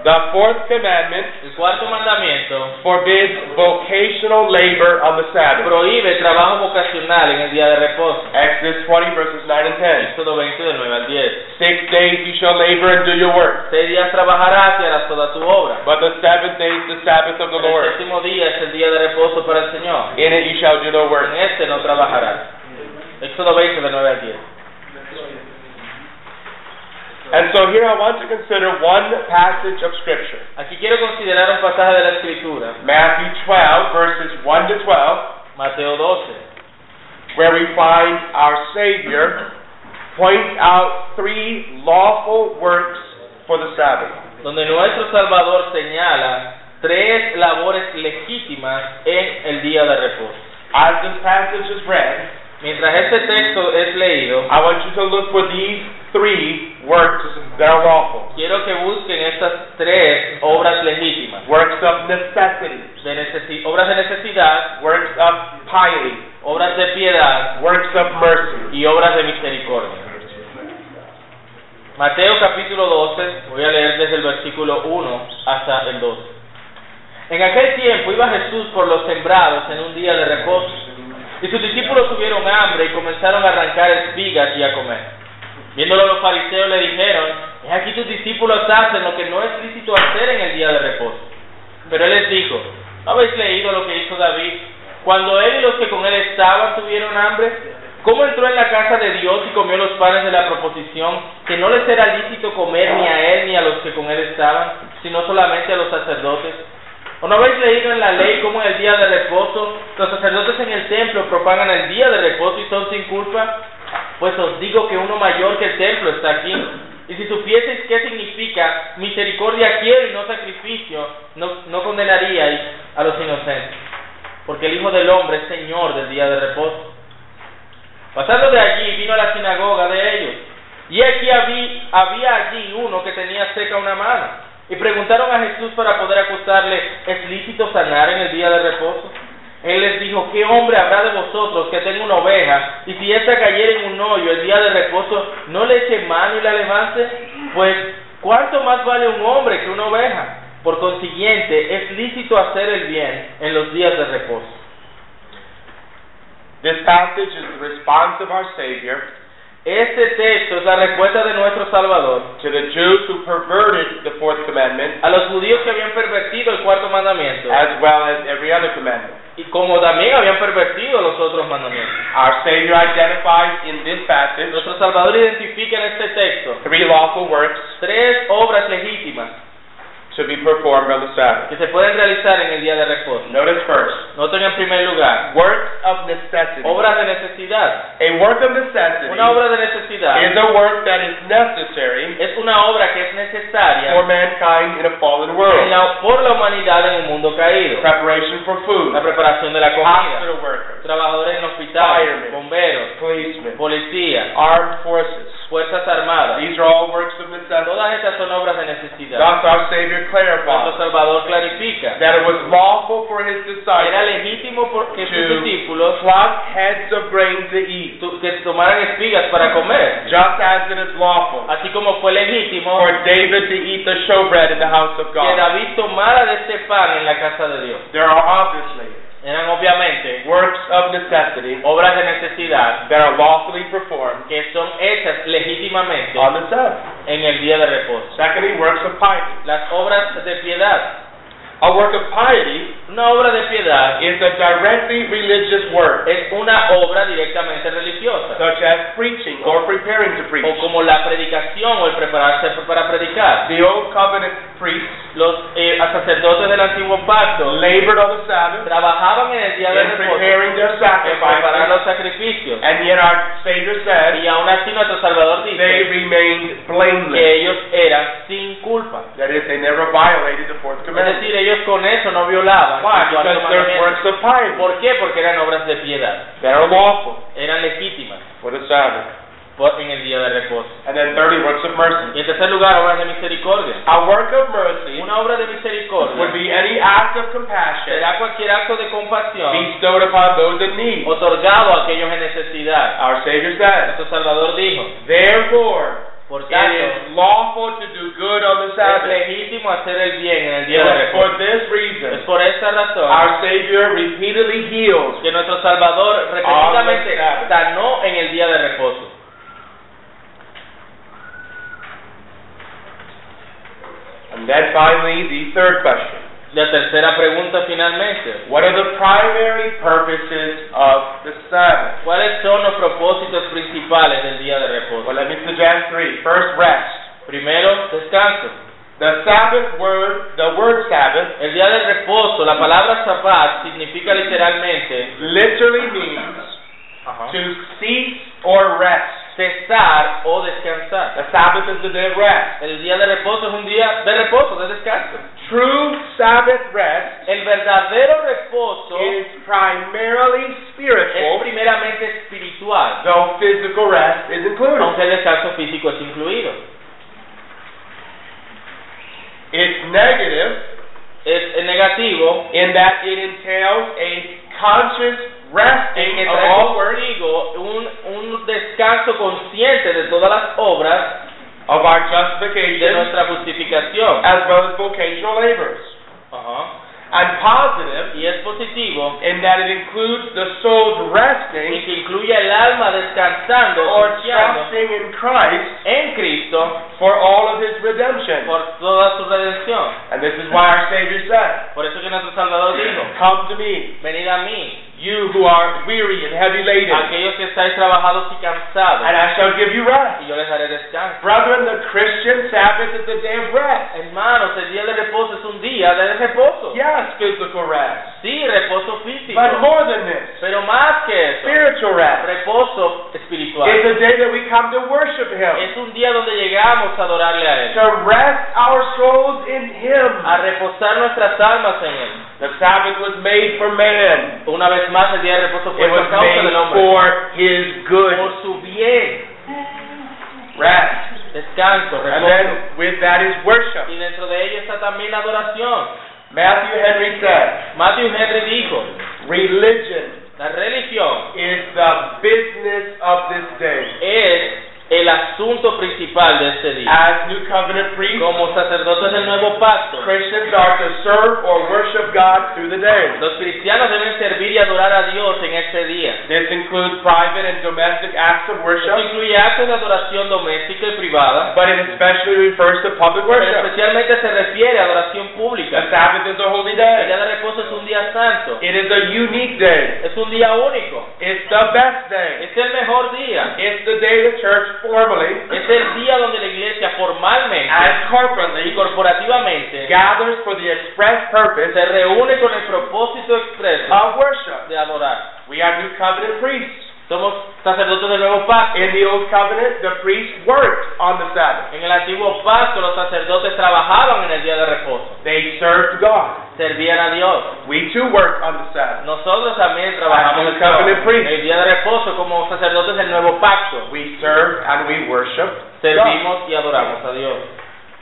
The fourth commandment El cuarto mandamiento forbids vocational labor on the Sabbath. prohíbe trabajo vocacional en el día de reposo. Exodus 20, verses 9 and Éxodo 20 del 9 al 10. 10. Six days you shall labor and do your work, Seis días trabajarás y harás toda tu obra. but the seventh day is the Sabbath of the El Lord. séptimo día es el día de reposo para el Señor. In it you shall do no En work. este no trabajarás. Éxodo 20 del 9 al 10. And so here I want to consider one passage of Scripture. Aquí quiero considerar un pasaje de la Escritura, Matthew 12, verses 1 to 12, Mateo 12, where we find our Savior points out three lawful works for the Sabbath. donde nuestro Salvador señala tres labores legítimas en el día de reposo. As this passage is read, Mientras este texto es leído, I want you to look for these three works that are lawful quiero que busquen estas tres obras legítimas, works of necessity, de necesi- obras de necesidad, works of piety, obras de piedad works of mercy. y obras de misericordia. Mateo capítulo 12, voy a leer desde el versículo 1 hasta el 12. En aquel tiempo iba Jesús por los sembrados en un día de reposo, y sus discípulos tuvieron hambre y comenzaron a arrancar espigas y a comer. Viéndolo los fariseos le dijeron, es aquí tus discípulos hacen lo que no es lícito hacer en el día de reposo. Pero él les dijo, ¿no habéis leído lo que hizo David? Cuando él y los que con él estaban tuvieron hambre, ¿cómo entró en la casa de Dios y comió los panes de la proposición, que no les era lícito comer ni a él ni a los que con él estaban, sino solamente a los sacerdotes? ¿O no habéis leído en la ley cómo en el día de reposo los sacerdotes en el templo propagan el día de reposo y son sin culpa? Pues os digo que uno mayor que el templo está aquí. Y si supieseis qué significa misericordia quiero y no sacrificio, no, no condenaríais a los inocentes. Porque el Hijo del Hombre es Señor del día de reposo. Pasando de allí, vino a la sinagoga de ellos. Y aquí habí- había, allí uno que tenía seca una mano. Y preguntaron a Jesús para poder acusarle, ¿es lícito sanar en el día de reposo? Él les dijo, ¿qué hombre habrá de vosotros que tenga una oveja y si ésta cayera en un hoyo el día de reposo, no le eche mano y la levante? Pues, ¿cuánto más vale un hombre que una oveja? Por consiguiente, es lícito hacer el bien en los días de reposo. This passage is the response of our Savior Este texto es la respuesta de nuestro Salvador to the Jews who perverted the fourth commandment Ah. a los judíos que habían pervertido el cuarto mandamiento as well as every other commandment. y como también habían pervertido los otros mandamientos. Our Savior identifies in this passage Nuestro Salvador identifica en este texto three lawful works tres obras legítimas to be performed on the Sabbath. que se pueden realizar en el día de reposo. Notice first, Noten en primer lugar, works of necessity. obras de necesidad. A work of necessity Una obra de is necesidad a work that is necessary es una obra que es necesaria for mankind in a fallen en world. la- por la humanidad en un mundo caído. Preparation for food, La preparación de la comida, hospital workers, trabajadores en hospitales, Firemen. bomberos, policemen, policías, armed forces. fuerzas armadas. These are all works of necessity. Todas estas son obras de necesidad. Thus our Savior Nuestro clarifies Salvador clarifica that it was lawful for his era disciples legítimo por- que sus To- to discípulos pluck heads of grain to eat, tu- que tomaran espigas para comer, just as it is lawful así como fue legítimo for David to eat the showbread in the house of que God. David tomara de este pan en la casa de Dios. There are obviously Eran obviamente works of necessity obras de necesidad that are lawfully performed que son hechas legítimamente on the Sabbath. en el día de reposo. Secondly, works of piety. Las obras de piedad. A work of piety Una obra de piedad is a directly religious work, es una obra directamente religiosa, such as preaching or preparing to preach. o como la predicación o el prepararse para predicar. The Old Covenant priests Los eh, sacerdotes del antiguo pacto labored on the Sabbath trabajaban en el día de in reposo preparing their en preparar sacrifices, los sacrificios. and yet our Savior said Y aún así nuestro Salvador they dice remained blameless. que ellos eran sin culpa. That is, they never violated the fourth Es commandment. decir, ellos con eso no violaban. el Why? cuarto Because there's mandamiento. works of piety ¿Por qué? Porque eran obras de piedad, that are lawful eran legítimas for the Sabbath. por- en el día de reposo. And then thirdly, works of mercy. Y en tercer lugar, obras de misericordia. A work of mercy Una obra de would misericordia be any act of compassion será cualquier acto de compasión bestowed upon those in need. otorgado a aquellos en necesidad. Our Savior says, Nuestro Salvador dijo, therefore, por it tanto, is lawful to do good on the es Sabbath. legítimo hacer el bien en el It día de was reposo. for this Es reason por esta razón our Savior repeatedly heals que nuestro Salvador repetidamente Sabbath. sanó en el día de reposo. And then finally, the third question. La tercera pregunta finalmente. What are the primary purposes of the Sabbath? ¿Cuáles son los propósitos principales del día de reposo? Well, let me suggest three. First, rest. Primero, descanso. The Sabbath word, the word Sabbath, El día del reposo, la palabra Sabbat significa literalmente literally means to cease or rest. cesar o descansar. The Sabbath is the day of rest. El día de reposo es un día de reposo, de descanso. True Sabbath rest El verdadero reposo is primarily es spiritual, primeramente espiritual, though physical rest is aunque included. el descanso físico es incluido. It's negative Es es negativo in that it entails a conscious en resting que of all trae works consigo un, un descanso consciente de todas las obras of our de justification nuestra justificación. as well as vocational labors. Ajá. And positive Y es positivo in that it includes the soul's y resting que incluye el alma descansando or confiando trusting in Christ en Cristo for all of his redemption. por toda su redención. And this is why our Savior said, Por eso que nuestro Salvador dijo, Come to me, venid a mí, you who are weary and heavy laden, aquellos que estáis trabajados y and cansados, I shall give you rest. y yo les daré descanso. Brethren, the Christian Sabbath is the day of rest. Hermanos, el día de reposo es un día de reposo. Yes, physical rest. Sí, reposo físico, But more than this, pero más que eso, spiritual rest. reposo espiritual. It's a day that we come to worship Him, Es un día donde llegamos a adorarle a Él. to rest our souls in Him. a reposar nuestras almas en Él. The Sabbath was made for man. Una vez más, el día de reposo It fue was por causa made del hombre. for his good Por su bien, rest. descanso, reposo. And then with that is worship. Y dentro de ello está también la adoración. Matthew Henry said, Matthew Henry dijo, religion la religión is the business of this day. es el asunto principal de este día. As New Covenant priests, Como sacerdotes del nuevo pacto, Christians are to serve or worship God through the day. los cristianos deben servir y adorar a Dios en este día. This includes private and domestic acts of Esto worship, incluye actos de adoración doméstica y privada, but it especially refers to public pero worship. especialmente se refiere a adoración The pública. Sabbath is a holy El día day. de reposo es un día santo, It is a unique day. es un día único, It's the best day. es el mejor día, It's the day the church formally es el día donde la iglesia and formalmente y corporately corporativamente gathers for the express purpose se reúne con el propósito expreso of worship. de adorar. We are New Covenant priests. Somos sacerdotes del nuevo pacto. In the Old Covenant, the priests worked on the Sabbath. En el antiguo pacto los sacerdotes trabajaban en el día de reposo, They served God. servían a Dios. We too work on the Sabbath. Nosotros también trabajamos el Covenant sábado, priest. el día de reposo como sacerdotes del nuevo pacto. We serve and we worship God. Servimos y adoramos a Dios.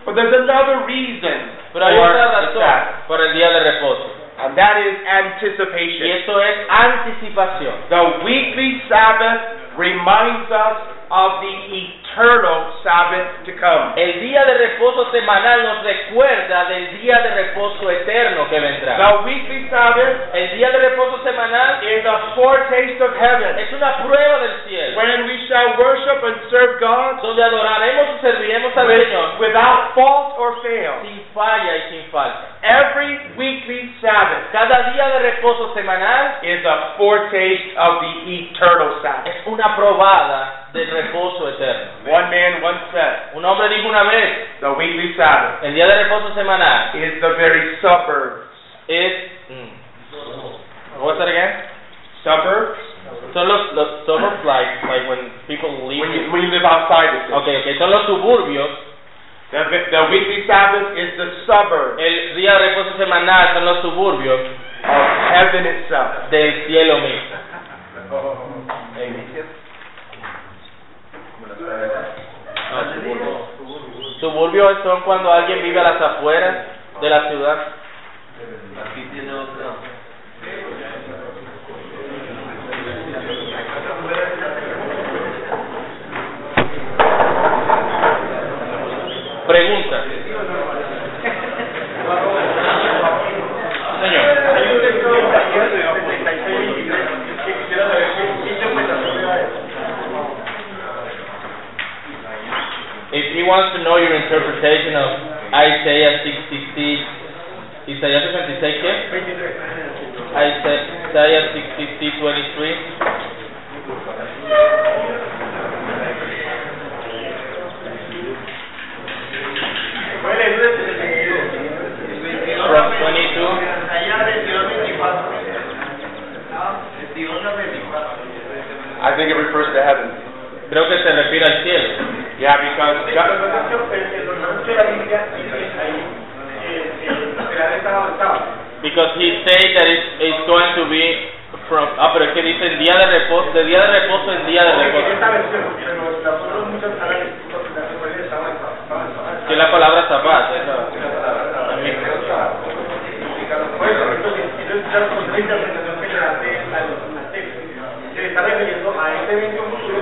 But there's another reason for Pero hay otra the razón Sabbath, para el día de reposo. and that is Y anticipation. esto es anticipación. The weekly Sabbath reminds us of the eternal Sabbath to come. El día de reposo semanal nos recuerda del día de reposo eterno que vendrá. The weekly Sabbath El día de reposo semanal is a foretaste of heaven, es una prueba del cielo, when we shall worship and serve God donde adoraremos y serviremos al Señor with- without fault or fail. sin falla y sin falta. Every weekly Sabbath Cada día de reposo semanal is a foretaste of the eternal Sabbath. es una probada del reposo eterno. One man once said, Un hombre dijo una vez, the weekly Sabbath el día de reposo semanal is the very suburbs. es... mm, what's that again? Suburbs? Son los, los son los, like, like when people When you, leave... when you live outside the city. Okay, okay, son los suburbios. The, the weekly Sabbath is the suburb El día de reposo semanal son los suburbios of heaven itself. del cielo mismo. Amen. No, suburbios. Suburbios son cuando alguien vive a las afueras de la ciudad. Aquí tiene otra. Pregunta. Señor. If he wants to know your interpretation of Isaiah 66, Isaiah 66 here? Isa- Isaiah 66, 23. From 22. Allá 22 24. 21 24. I think it refers to heaven. Creo que se refiere al cielo. Yeah, because God, Because he said that it's, it's going to be from... Ah, pero es que dice día de reposo, de día de reposo en día de reposo. Que es la palabra zapat. esa. Se está refiriendo a este evento futuro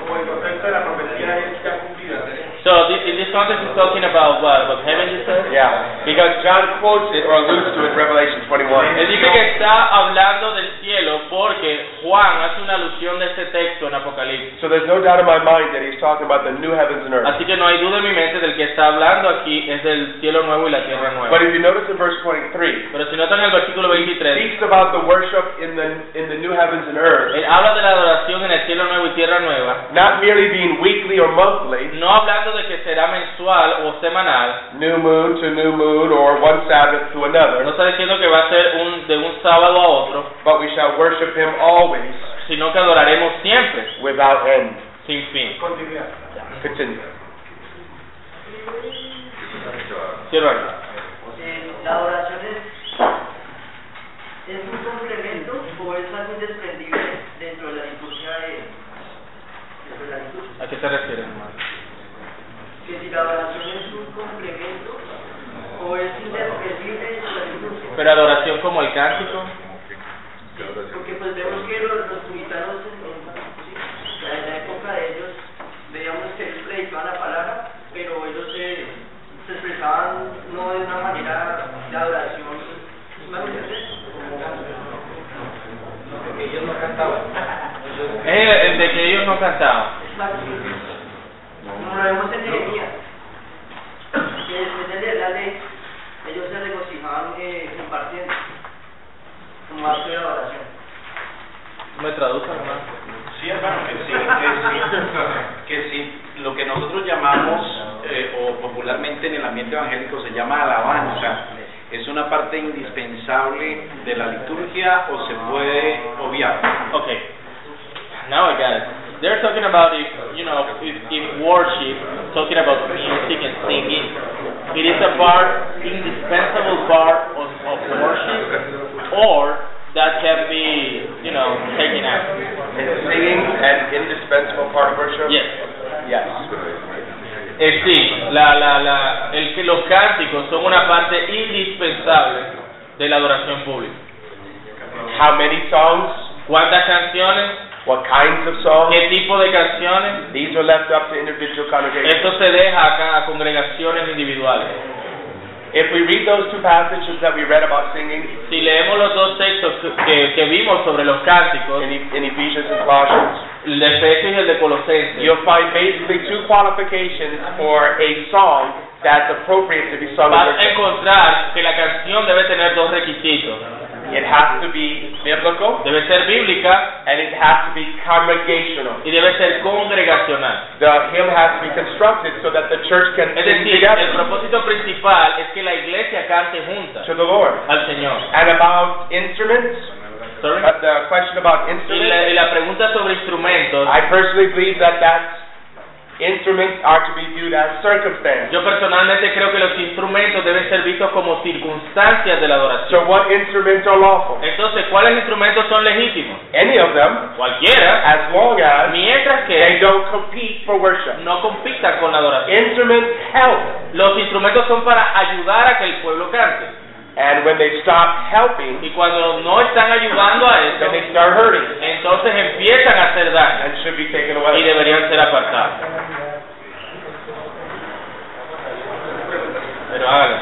como el contexto de la profecía ya cumplida. So, this, in this context is talking about what? About heaven, you said? yeah, because John quotes it or alludes to it in Revelation 21. Él dice que está hablando del cielo porque Juan hace una alusión de este texto en Apocalipsis. So there's no doubt in my mind that he's talking about the new heavens and earth. Así que no hay duda en mi mente del que está hablando aquí es del cielo nuevo y la tierra nueva. But if you notice in verse 23, Pero si notan el versículo it 23, speaks about the worship in the in the new heavens and earth, él habla de la adoración en el cielo nuevo y tierra nueva, not merely being weekly or monthly, no hablando de que será mensual o semanal, new moon to new moon or one Sabbath to no another, está diciendo que va a ser un, de un sábado a otro, but we shall worship him always sino que adoraremos siempre, without end. sin fin. Continuidad. Continue. Cierro aquí. Eh, La oración es, es un complemento o es algo desprendible dentro de la liturgia de, dentro de la liturgia. ¿A qué se refiere, hermano? Que si la oración es un complemento o es indespendible dentro de la liturgia. Pero adoración como el cántico. Porque pues vemos que los, los puritanos en, en- sí, en la época de ellos, de no de una manera de adoración. pues, ¿Sí me hago entender? Porque ellos no cantaban. Ellos- El, el de que ellos no cantaban. Es más Como lo vemos en Nehemías, que después de leer la ley, ellos se regocijaban eh, compartiendo, como acto de adoración. ¿Me traducen, hermano? Sí, hermano, que sí, que sí, que sí. Lo que nosotros llamamos, eh, o popularmente en el ambiente evangélico se llama alabanza, es una parte indispensable de la liturgia o se puede obviar. Okay. Now I got it. They're talking about if you know if, if worship, talking about music and singing. It is a part, indispensable part of, of worship, or that can be you know taken out. Is singing an indispensable part of worship? Yes. Yes. Eh, sí, la, la, la, el que los cánticos son una parte indispensable de la adoración pública. How many songs? ¿Cuántas canciones? What kinds of songs? ¿Qué tipo de canciones? These are left up to individual congregations. Esto se deja acá a congregaciones individuales. If we read those two passages that we read about singing Si leemos los dos textos que- que, que vimos sobre los cánticos, in, E- in Ephesians and Colossians, el de Efesios y el de Colosenses, you'll find basically two qualifications for a song that's appropriate to be sung in vas a worship. encontrar que la canción debe tener dos requisitos. It has to be biblical Debe ser bíblica and it has to be congregational. y debe ser congregacional. The hymn has to be constructed so that the church can Es sing decir, el together propósito principal es que la iglesia cante junta to the Lord. al Señor. And about instruments, Sorry. uh, the question about Y la, y instruments, la pregunta sobre instrumentos, I personally believe that that instruments are to be viewed as circumstance. yo personalmente creo que los instrumentos deben ser vistos como circunstancias de la adoración. So what instruments are lawful? Entonces, ¿cuáles instrumentos son legítimos? Any of them, Cualquiera, as long as mientras they que don't compete for worship. no compitan con la adoración. Instruments help, Los instrumentos son para ayudar a que el pueblo cante. and when they stop helping, Y cuando no están ayudando a then they eso, start hurting entonces empiezan a hacer daño and should be taken y away. deberían ser apartados. Pero háganlo.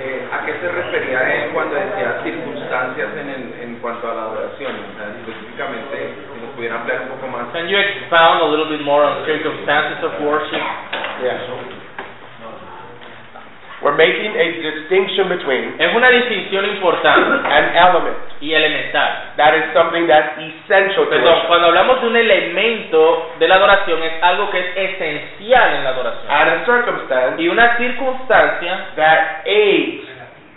Eh, ¿A qué se refería él cuando decía circunstancias en, el- en cuanto a la adoración? O sea, específicamente, si nos pudiera ampliar un poco más. Can you expound a little bit more on circumstances of worship? We're making a distinction between Es una distinción importante an element y elemental. that is something that's essential to Perdón, worship, cuando hablamos de un elemento de la adoración es algo que es esencial en la adoración. and a circumstance Y una circunstancia that aids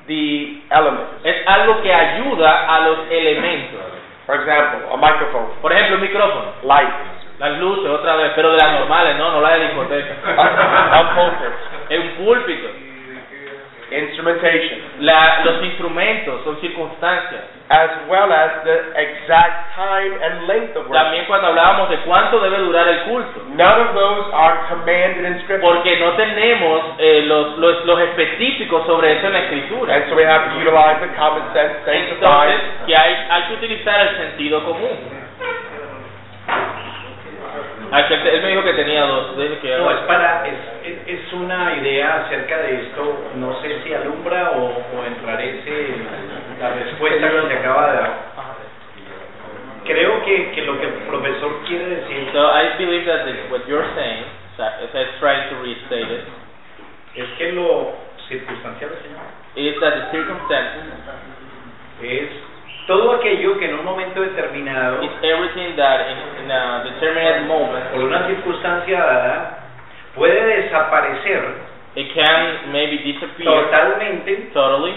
the element. es algo que ayuda a los elementos. For example, a microphone, Por ejemplo, el micrófono, lights, las luces otra vez, pero de las normales, no, no las de discoteca. a, a pulpit, Es un púlpito. instrumentation, La- los instrumentos son circunstancias. as well as the exact time and length of worship. También cuando hablábamos de cuánto debe durar el culto, None of those are commanded in Scripture, porque no tenemos eh, los, los, los específicos sobre eso en la and escritura. so we have to utilize the common sense, Entonces, sanctified. que hay, hay que utilizar el sentido común. Ah, que Él él me dijo que tenía dos. de- que- No, es para, es, es- es una idea acerca de esto, no sé si alumbra o, o enrarece la respuesta que se acaba de dar. Creo que, que lo que el profesor quiere decir So I believe that the- what you're saying, sa- as I try to restate it, es que lo circunstancial, señor, is that the circumstances es todo aquello que en un momento determinado, is everything that in, in a determinate por moment una circunstancia dada, puede desaparecer it can maybe disappear totalmente totally.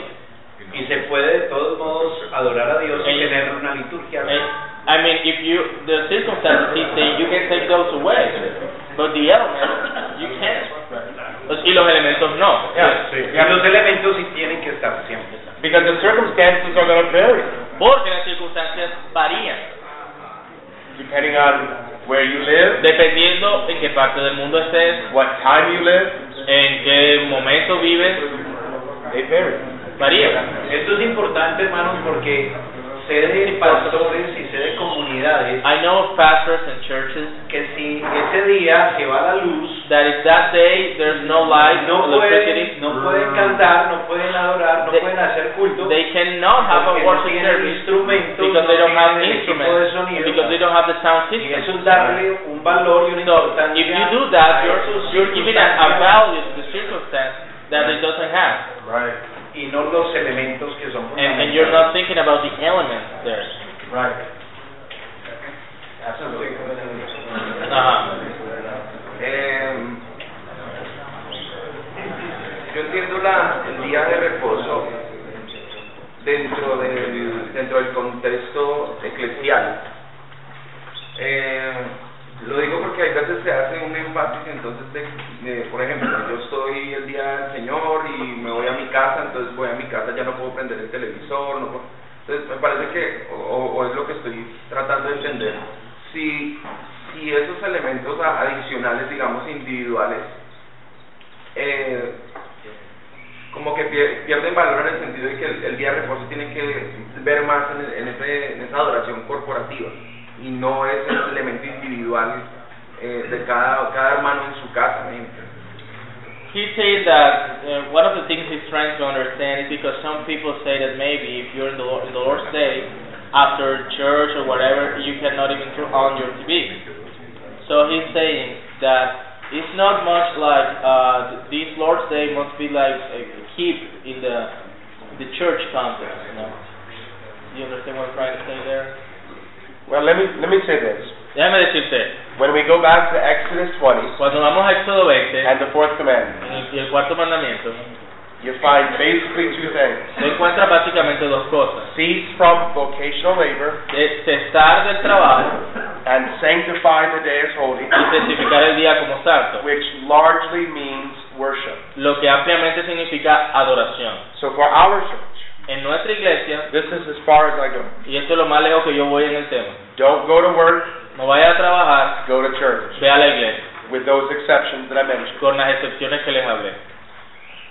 y se puede de todos modos adorar a Dios y Eh, tener una liturgia. And, I mean, if you the circumstances is that you can take those away, but the elements you can't. Los- Y los elementos no. Yeah, Sí, y yeah. los elementos sí tienen que estar siempre. Because the circumstances are going to vary Porque las circunstancias varían depending on where you live, dependiendo en qué parte del mundo estés, what time you live, en qué momento vives, they vary. varía. Esto es importante, hermanos, porque sé de pastores y sé de comunidades I know of pastors and churches que si ese día se va la luz that if that day there's no light, No electricity, pueden, no pueden cantar, no pueden adorar, no Mm. They- pueden hacer culto. they cannot have a porque no worship tienen service instrumentos, because no they don't tienen have el equipo de instruments, sonido. because they don't have the sound Y eso es system. darle un valor y una So importancia. if you do that, a you're, esos you're giving a, a circunstancias value to the circumstance that it doesn't have, Right. Y no los elementos que son and, and you're not thinking about the elements there. Right. Absolutely. Ajá. Eh, yo entiendo la, el día de reposo dentro del, dentro del contexto eclesial. Eh, lo digo porque hay veces se hace un énfasis, entonces, de- de, por ejemplo, yo estoy el día del Señor y me voy a mi casa, entonces voy a mi casa, ya no puedo prender el televisor, no puedo- entonces me parece que, o, o- o es lo que estoy tratando de entender, si, si esos elementos a- adicionales, digamos, individuales, eh, como que pier- pierden valor en el sentido de que el, el día de reposo tiene que ver más en, el- en ese- en esa adoración corporativa y no es el elemento individual eh, de cada, cada hermano en su casa. ¿me entiendes? He's saying that uh, one of the things he's trying to understand is because some people say that maybe if you're in the, Lord, in the Lord's Day, after church or whatever, you cannot even turn on your TV. So he's saying that it's not much like uh, th- this Lord's Day must be like a keep in the the church context. You know, you understand what I'm trying to say there? Well, let me, let me say this. Déjame decirte, When we go back to Exodus 20 cuando vamos a Éxodo 20 and the fourth commandment, en el- y el cuarto mandamiento, you find basically two things. se encuentran básicamente dos cosas. Cease from vocational labor de cesar del trabajo and sanctify the day as holy, y testificar el día como santo, which largely means worship. lo que ampliamente significa adoración. So for our church, En nuestra iglesia, this is as far as I go. y esto es lo más lejos que yo voy en el tema, Don't go to work, no vaya a trabajar, go to church, ve a la iglesia, with those exceptions that I mentioned. con las excepciones que les hablé.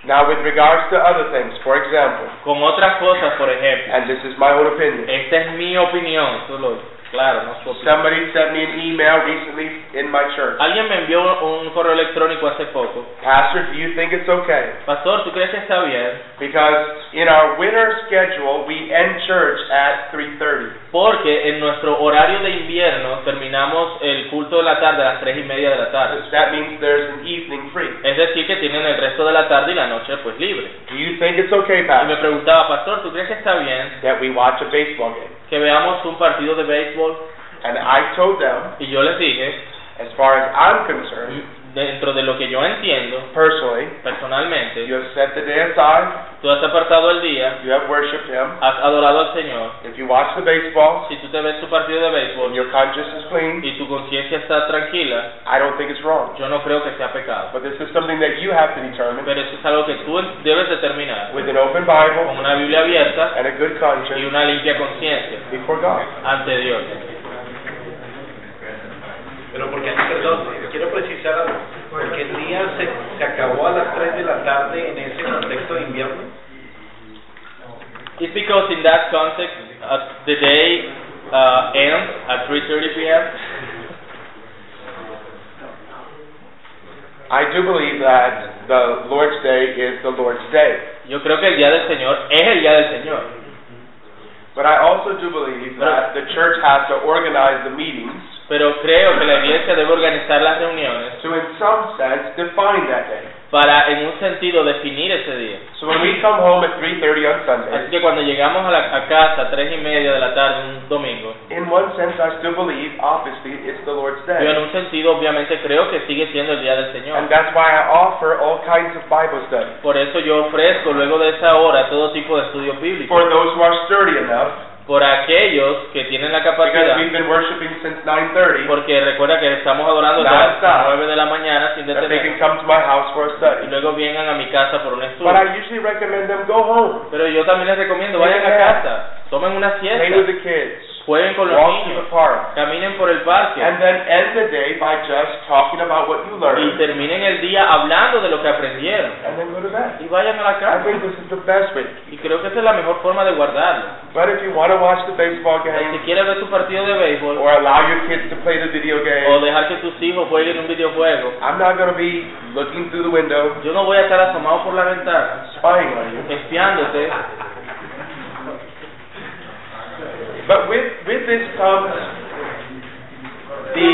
Now, with regards to other things, for example, Con otras cosas, por ejemplo, and this is my own opinion, esta es mi opinión, esto lo- claro, no es su opinión. somebody sent me an email recently in my church. Alguien me envió un correo electrónico hace poco, Pastor, do you think it's okay? Pastor, ¿tú crees que está bien? Because in our winter schedule, we end church at 3:30. Porque en nuestro horario de invierno terminamos el culto de la tarde a las tres y media de la tarde. That means there's an evening free. Es decir, que tienen el resto de la tarde y la noche pues libre. Do you think it's okay, Y me Pastor, preguntaba, pastor, ¿tú crees que está bien that we watch a baseball game? que veamos un partido de béisbol? And I told them, Y yo les dije, as far as I'm concerned, dentro de lo que yo entiendo personally, you personalmente, have set the day aside. tú has apartado el día, You have worshipped Him. has adorado al Señor. If you watch the baseball Si tú te ves tu partido de and béisbol your conscience is clean, y tu conciencia está tranquila, I don't think it's wrong. yo no creo que sea pecado. But this is something that you have to determine Pero eso es algo que tú debes determinar with an open con Bible una Biblia abierta and a good y conscience una limpia conciencia before God. ante Dios. Pero porque, perdón, quiero precisar algo. Porque el día se, se acabó a las 3 de la tarde en ese contexto de invierno. It's because in that context, uh, the day uh, ends at 3:30 p.m. I do believe that the Lord's Day is the Lord's Day. Yo creo que el día del Señor es el día del Señor, But I also do believe that the church has to organize the meetings pero creo que la iglesia debe organizar las reuniones to, in some sense, define that day. para, en un sentido, definir ese día. So when we come home at 3.30 on Sunday, Así que cuando llegamos a, la, a casa a tres y media de la tarde un domingo, in one sense, I still believe, obviously, it's the Lord's yo en Day. un sentido, obviamente, creo que sigue siendo el día del And Señor. that's why I offer all kinds of Bible study. Por eso yo ofrezco luego de esa hora todo tipo de estudios bíblicos For those who are sturdy enough, por aquellos que tienen la because capacidad we've been worshiping since 9.30, Porque recuerda que estamos adorando hasta Nada está. las 9 de la mañana sin that they can detener come to my house for a y study. luego vengan a mi casa por un But estudio. I usually recommend them go home, Pero yo también les recomiendo, vayan a Yeah. casa, tomen una play siesta, with the kids, Jueguen con los walk to the niños, park, caminen por el parque and then end the day by just talking about what you y learned, terminen el día hablando de lo que aprendieron. and then go to bed. Y vayan a la I casa. think this is the best way. Y creo que esa es la mejor forma de guardarlo. But if you want to watch the baseball Si game, quieres ver tu partido de béisbol or allow your kids to play the video o game, dejar que tus hijos jueguen un videojuego, I'm not going to be looking through the window, yo no voy a estar asomado por la ventana spying on you. espiándote. But with, with this comes the,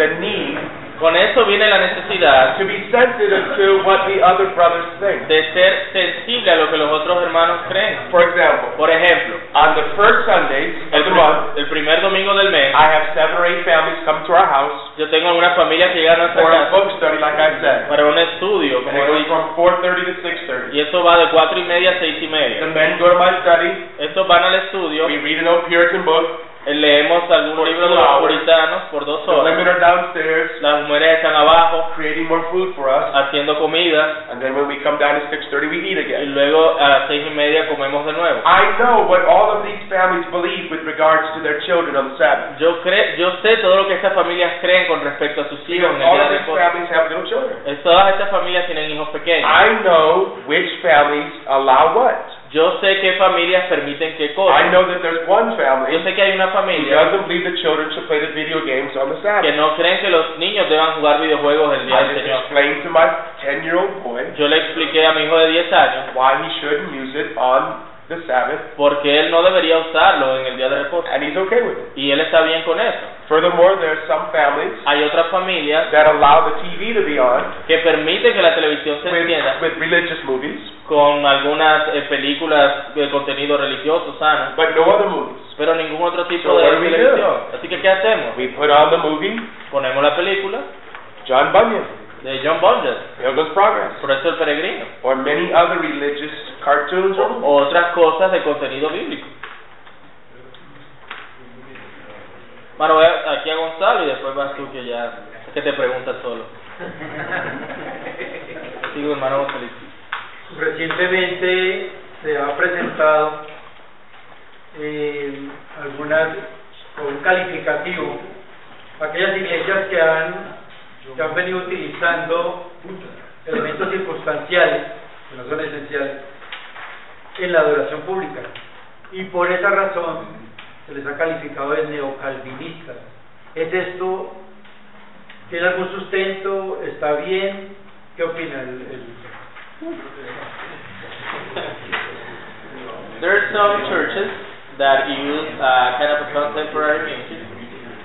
the need Con eso viene la necesidad to be sensitive to what the other brothers think. de ser sensible a lo que los otros hermanos creen. For example, Por ejemplo, on the first Sundays of el, the pri- month, el primer domingo del mes, I have seven or eight families come to our house yo tengo algunas familias que llegan a nuestra for a casa book study, like I said. para un estudio, And como it goes dije, from 4.30 to 6.30. y esto va de cuatro y media a seis y The media. men go to my study, Estos van al estudio, eh, we read an old Puritan book, leemos algún For libro de two los hours. puritanos por dos the horas, women are downstairs las mujeres están abajo creating more food for us, haciendo comida and then when we come down at 6.30, we eat y again. luego a las seis y media comemos de nuevo. I know what all of these families believe with regards to their children on the Sabbath. Yo cre yo sé todo lo que estas familias creen con respecto a sus hijos Because en el all día of de these reposo. families have little children. Es- Todas estas familias tienen hijos pequeños. I know which families allow what. Yo sé qué familias permiten qué I cosas. know that there's one Yo family sé que hay una who familia doesn't believe the children should play the video games on the que Sabbath. no creen que los niños deban jugar videojuegos el día I del just Señor. explained to my 10-year-old boy Yo le expliqué a mi hijo de 10 años why he shouldn't use it on the Sabbath, por qué él no debería usarlo en el día de reposo. and he's okay with it. Y él está bien con eso. Furthermore, there are some families Hay otras familias that allow the TV to be on que permiten que la televisión se with, encienda with religious movies, con algunas eh, películas de contenido religioso sano, but no other movies. pero ningún otro tipo So de what do we do? televisión. Así que, ¿qué hacemos? We put on the movie Ponemos la película John Bunyan, de John Bunyan, Pilgrim's Progress, por eso el peregrino, or many other religious cartoons or movies. o otras cosas de contenido bíblico. Bueno, voy a- aquí a Gonzalo y después vas tú que ya es que te preguntas solo. Sigo hermano Gonzalito. Recientemente se ha presentado eh, algunas o un calificativo aquellas iglesias que han que han venido utilizando elementos circunstanciales que no son esenciales en la adoración pública y por esa razón se les ha calificado de neocalvinistas. ¿Es esto tiene algún sustento? ¿Está bien? ¿Qué opina el, el There are some churches that use uh, kind of a contemporary music,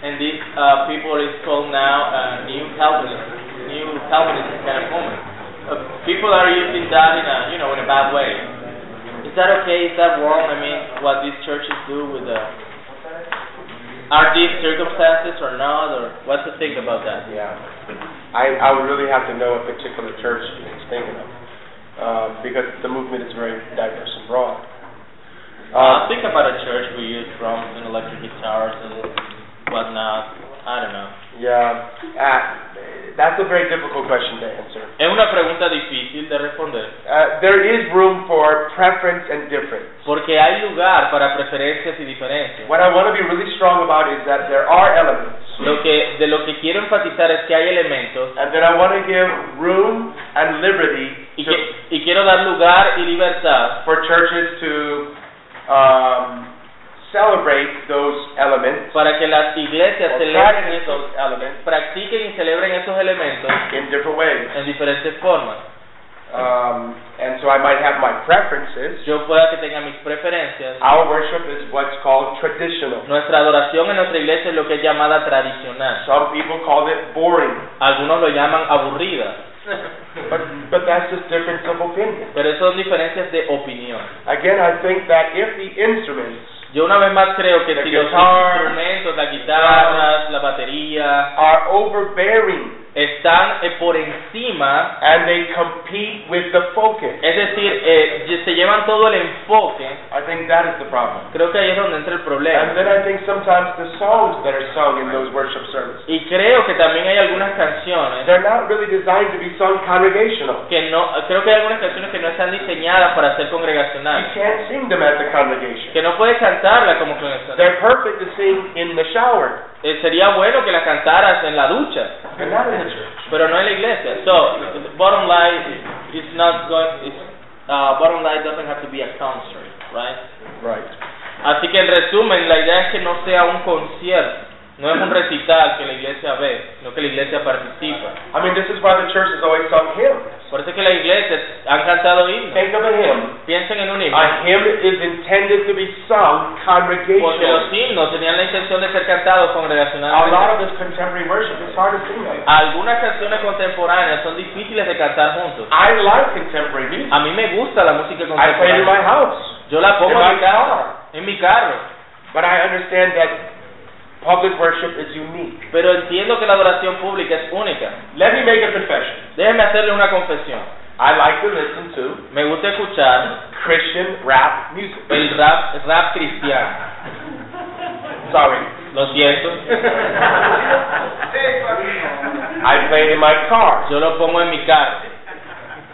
and these uh, people is called now uh, new Calvinism, new Calvinism kind of movement. Uh, people are using that in a you know in a bad way. Is that okay? Is that wrong? I mean, what these churches do with the are these circumstances or not, or what's the thing about that? Yeah. I, I would really have to know a particular church he's thinking of, uh, because the movement is very diverse and broad. Uh, Uh, think about a church we use drums and electric guitars and whatnot. I don't know. yeah, uh, that's a very difficult question to answer. Es una pregunta difícil de responder, Uh, there is room for preference and difference. porque hay lugar para preferencias y diferencias. What I want to be really strong about is that there are elements, Lo que, de lo que quiero enfatizar es que hay elementos and that I want to give room and liberty y, to, que- y quiero dar lugar y libertad for churches to um, celebrate those elements, para que las iglesias or celebren practice esos, those elements practiquen y celebren esos elementos in different ways. en diferentes formas. Um, and so I might have my preferences. Yo pueda que tenga mis preferencias. Our worship is what's called traditional. Nuestra adoración en nuestra iglesia es lo que es llamada tradicional. Some people call it boring, Algunos lo llaman aburrida, but, but that's just difference of opinion. pero eso son diferencias de opinión. Again, I think that if the instruments Yo una vez más creo que The si los guitar, instrumentos, las guitarras, la batería, are overbearing están eh, por encima, and they compete with the focus. es decir, eh, y- se llevan todo el enfoque. I think that is the problem. Creo que ahí es donde entra el And problema. then I think sometimes the songs that are sung in those worship services, Y creo que también hay algunas canciones they're not really designed to be sung congregational. que no, creo que hay algunas canciones que no están diseñadas para ser You congregacionales, can't sing them at the congregation. que no puedes cantarla como congregacional. They're perfect to sing in the shower, Eh, sería bueno que la cantaras en la ducha, but not in the church. pero no en la iglesia. So, the bottom line, it's not going, it's, uh, bottom line doesn't have to be a concert, right? Right. Así que en resumen, la idea es que no sea un concierto, no es un recital que la iglesia ve, sino que la iglesia participa. I mean, this is why the church has always sung hymns. Por eso es que la iglesia han cantado himnos. Think of a hymn. Piensen en un A himno, hymn is intended to be sung porque los congregationally. himnos tenían la intención de ser cantados A lot of congregacionalmente. this contemporary worship is hard to sing. Like. Algunas canciones contemporáneas son difíciles de cantar juntos. I like contemporary music. A mí me gusta la música I play it in my contemporánea. house, Yo la in pongo my en mi carro, car. en mi carro. But I understand that public worship is unique. Pero entiendo que la adoración pública es única. Let me make a confession. Déjenme hacerle una confesión. I like to listen to Me gusta escuchar Christian rap music. el rap, rap cristiano. Sorry. Lo siento. Ah, I play it in my car, Yo lo pongo en mi carro.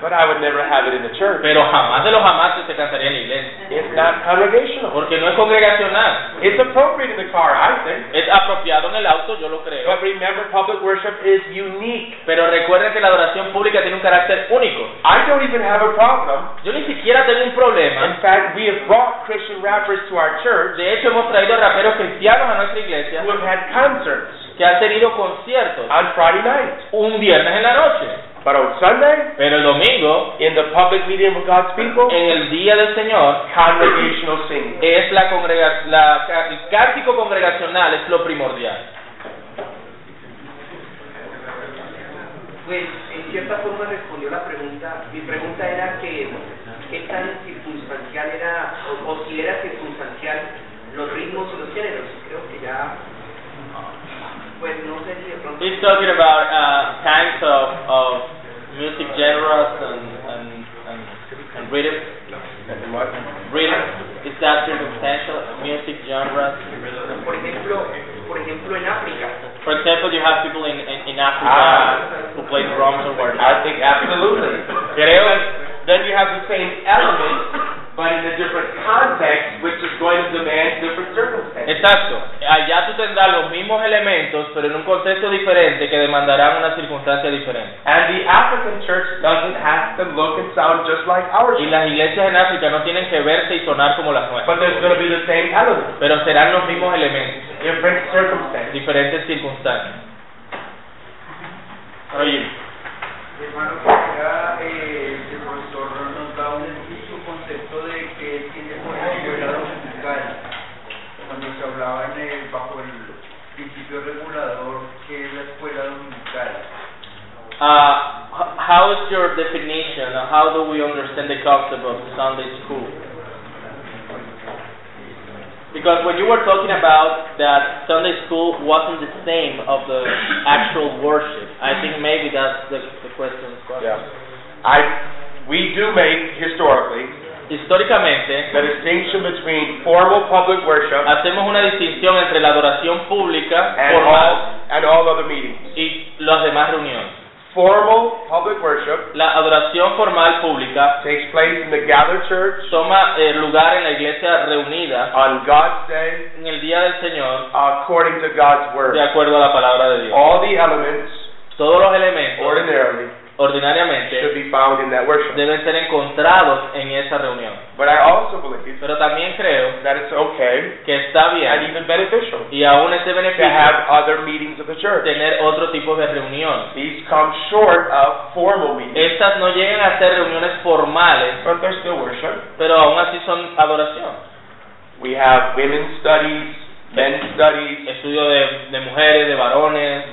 but I would never have it in the church. Pero jamás de los jamás se cantaría en la iglesia. It's not congregational. Porque no es congregacional. It's appropriate in the car, I think. Es apropiado en el auto, yo lo creo. But remember, public worship is unique. Pero recuerden que la adoración pública tiene un carácter único. I don't even have a problem. Yo ni siquiera tengo un In problema. fact, we have brought Christian rappers to our church De hecho, hemos traído raperos cristianos a nuestra who iglesia have had concerts que han tenido conciertos on Friday night. un viernes en la noche. But on Sunday, Pero el domingo, in the public meeting of God's people, en el día del Señor, congregational singing. es la congrega- la ca- el cántico congregacional es lo primordial. Pues en cierta forma respondió la pregunta. Mi pregunta era que qué tan circunstancial era o, o si era circunstancial los ritmos y los géneros. Creo que ya, pues no sé si de pronto. He's talking about uh, kinds of, of music genres and, and, and, and rhythm. Rhythm is that circumstantial music genres. Por ejemplo, por ejemplo en África. For example, you have people in, in, in Africa who play drums or Ah. I whatnot. think absolutely. Creo, Then you have the same element, but in a different context, which is going to demand different circumstances. exacto. Allá tú tendrás los mismos elementos, pero en un contexto diferente que demandarán una circunstancia diferente. And the African church doesn't have to look and sound just like ours, Y las iglesias en África no tienen que verse y sonar como las but nuestras, there's going to be the same element, pero serán los mismos elementos, different en circumstances. diferentes circunstancias. Oye, Hermano, por acá eh, el profesor nos da un sencillo concepto de que él tiene por el lado musical, cuando se hablaba en el- bajo el principio regulador que es la escuela dominical. ah, h- how is your definition? or How do we understand the concept of Sunday school? Because when you were talking about that Sunday school wasn't the same of the actual worship, I think maybe that's the, the question. Yeah. I, we do make historically Históricamente, the distinction between formal public worship Hacemos una distinción entre la adoración pública and formal all, and all other meetings. y las demás reuniones. Formal public worship La adoración formal pública takes place in the gathered church toma eh, lugar en la iglesia reunida on God's day en el día del Señor according to God's word. de acuerdo a la palabra de Dios. All the elements Todos los elementos ordinarily should ordinariamente be found in that worship. deben ser encontrados en esa reunión. But I also believe Pero también creo that it's okay que está and bien even beneficial y aún es de to beneficio have other meetings of the church. tener otro tipo de reuniones. These come short of formal meetings, Estas no llegan a ser reuniones formales, but they're still worship. pero aún así son adoración. We have women's studies, men's studies, estudio de, de mujeres, de varones,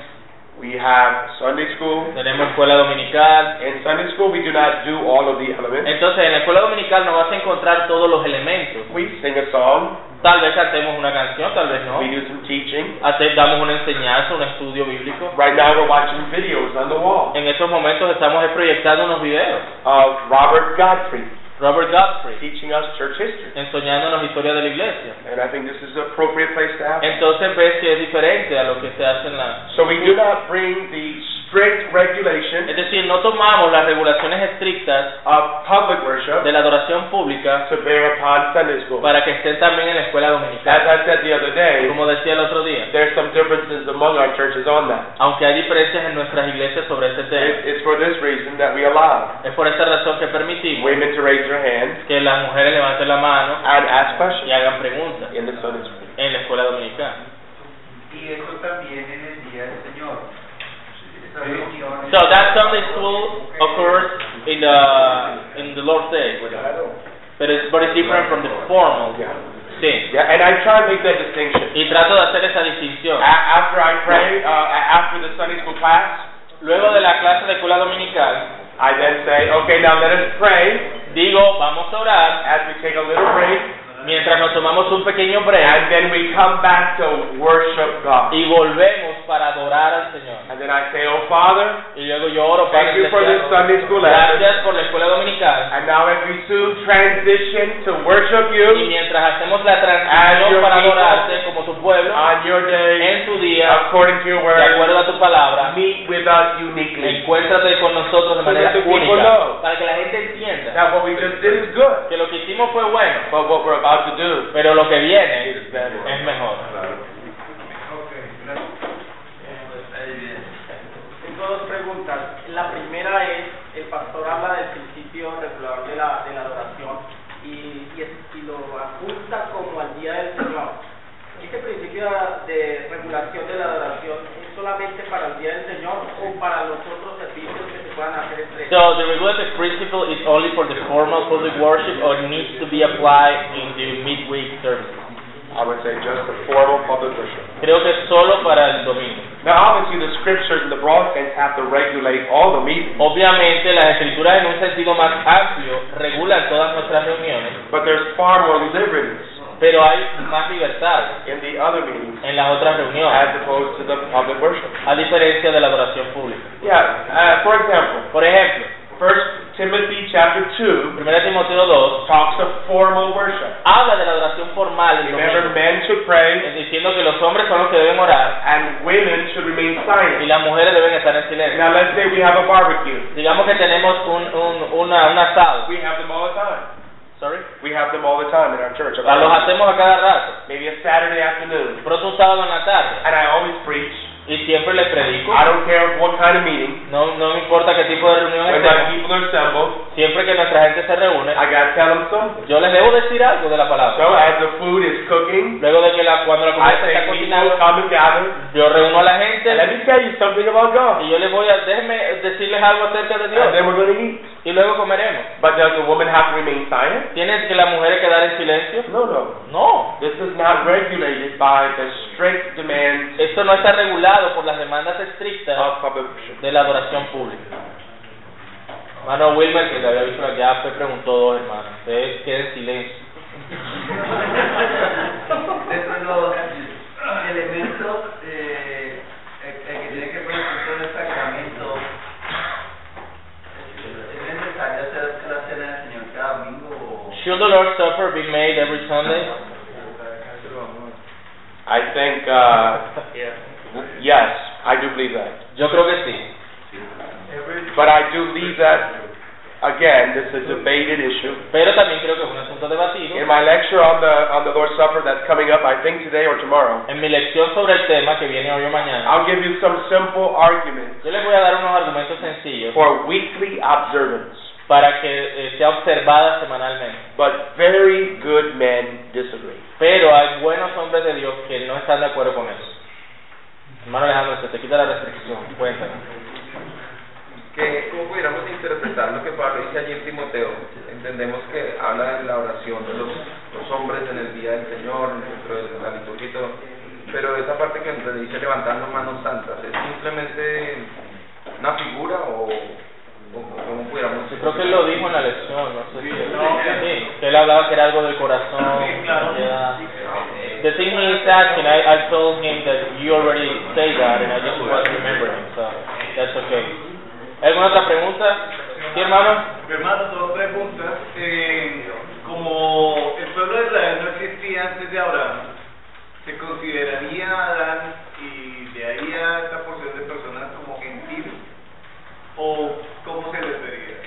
we have Sunday school. tenemos escuela dominical. In Sunday school, we do not do all of the elements. Entonces, en la escuela dominical no vas a encontrar todos los elementos. We sing a song, Tal vez cantemos una canción, tal vez no. We do some teaching. Hace- damos una enseñanza, un estudio bíblico. Right now we're watching videos on the wall En estos momentos estamos proyectando unos videos. of Robert Godfrey Robert Godfrey, teaching us church history. enseñándonos historia de la iglesia. And I think this is an appropriate place to have it. Entonces ves que es diferente a lo que se hace en la... So we do not bring the strict Es regulation decir, no tomamos las regulaciones estrictas of public worship de la adoración pública to bear upon Sunday school. para que estén también en la escuela As dominical. I said the other day, Como decía el otro día, there's some differences among our churches on that. aunque hay diferencias en nuestras iglesias sobre este tema, It- It's for this reason that we allow es por esta razón que permitimos women to raise their hand que las mujeres levanten la mano and ask y questions hagan preguntas in the Sunday school. en la escuela dominicana. Y eso también en el Día del Señor. Esas reuniones- So that Sunday school occurs in the in the Lord's Day, but it's but it's different from the formal Yeah. thing. Yeah, and I try to make that distinction. Y trato de hacer esa distinción. A- after I pray, uh, a- after the Sunday school class, Luego de la clase de escuela dominical, I then say, okay, now let us pray digo, vamos a orar as we take a little break, mientras nos tomamos un pequeño break and then we come back to worship God. y volvemos para adorar al Señor. And then I say, oh Father, Y luego yo oro para thank you for this Sunday school lesson. Gracias por la escuela dominical. And now as we soon transition to worship Y you mientras hacemos la As transición your para people. adorarte como tu pueblo, on your day, en tu día, according to your de word, acuerdo a tu palabra, meet with us uniquely. encuéntrate con nosotros de So that manera the people única know. para que la gente entienda That what we just did is good, que lo que hicimos fue bueno, but what we're about to do pero lo que viene is better. es mejor. Tengo dos preguntas. La primera es, el pastor habla del principio regulador de la, de la adoración y, y, es- y lo apunta como al día del Señor. ¿Este principio de regulación de la adoración es solamente para el día del Señor o para los otros servicios que se puedan hacer entre So the regulative principle is only for the formal public worship or needs to be applied in the midweek service. I would say just the formal public worship. Creo que es solo para el domingo. Now obviously the scriptures in the broad sense have to regulate all the meetings, Obviamente las escrituras en un sentido más amplio regulan todas nuestras reuniones, but there's far more liberties pero hay más libertad in the other meetings en las otras reuniones, as opposed to the public worship. a diferencia de la adoración pública. Yeah, uh, for example, Por ejemplo, First Timothy chapter 2 1 Timoteo 2 talks of formal worship. habla de la adoración formal del Remember, domingo, men should pray es diciendo que los hombres son los que deben orar and women should remain y silent. las mujeres deben estar en silencio. Now, let's say we have a barbecue. Digamos que tenemos un, un, una, un asado. We have them all the time. Sorry. We have them all the time in our church. Ah, Los hacemos a cada rato. Maybe a Saturday afternoon. Pronto un sábado en la tarde. And I always preach. Y siempre les predico. I don't care what kind of meeting. No, no me importa qué tipo de reunión When my estemos. people are assembled, Siempre que nuestra gente se reúne, I gotta tell them something. yo les debo decir algo de la So, palabra. as the food is cooking, Luego de que la, cuando la I comida se say está people cocinando, come and gather. yo reúno a la And let gente me tell you something about God. y yo les voy a, déjenme decirles algo acerca de And Dios. then we're gonna eat. Y luego comeremos. But does the woman have to remain silent? ¿Tienen que las mujeres quedar en silencio? No, no. No. This is not regulated by the strict demands Esto no está regulado por las demandas estrictas of public worship. de la adoración pública. Hermano Wilmer, que le había visto allá, usted preguntó dos hermanos. Ustedes queden silencio. Dentro de los elementos eh, el, el que tiene que presentar el sacramento, ¿es necesario hacer la cena del Señor cada domingo o Should the Lord's Supper be made every Sunday? I think, uh, yes, I do believe that. Yo creo que sí. But I do believe that, again, this is a debated issue. Pero también creo que es un asunto In debatido. my lecture on the, on the Lord's Supper that's coming up, I think today or tomorrow, En mi lección sobre el tema que viene hoy o mañana, I'll give you some simple arguments yo les voy a dar unos argumentos sencillos for weekly observance, para que eh, sea observada semanalmente. but very good men disagree. Pero hay buenos hombres de Dios que no están de acuerdo con eso. Hermano Alejandro, se te quita la restricción. Cuéntame. que cómo pudiéramos interpretar lo que Pablo dice allí en Timoteo. Entendemos que habla de la oración de los, los hombres en el día del Señor, dentro de la liturgia y todo, pero esa parte que entre dice levantando manos santas, ¿es simplemente una figura o, o cómo pudiéramos Yo creo que él lo dijo en la lección, no sé si. Sí, que él hablaba que era algo del corazón. que era- Ah, the thing he is asking, I, I told him that you already say that and I just was remembering, so that's okay. ¿Alguna otra pregunta? ¿Sí, hermano? Hermano, dos preguntas. Eh, como el pueblo de Israel no existía antes de Abraham, ¿se consideraría Adán y de ahí a esta porción de personas como gentiles? ¿O cómo se les vería?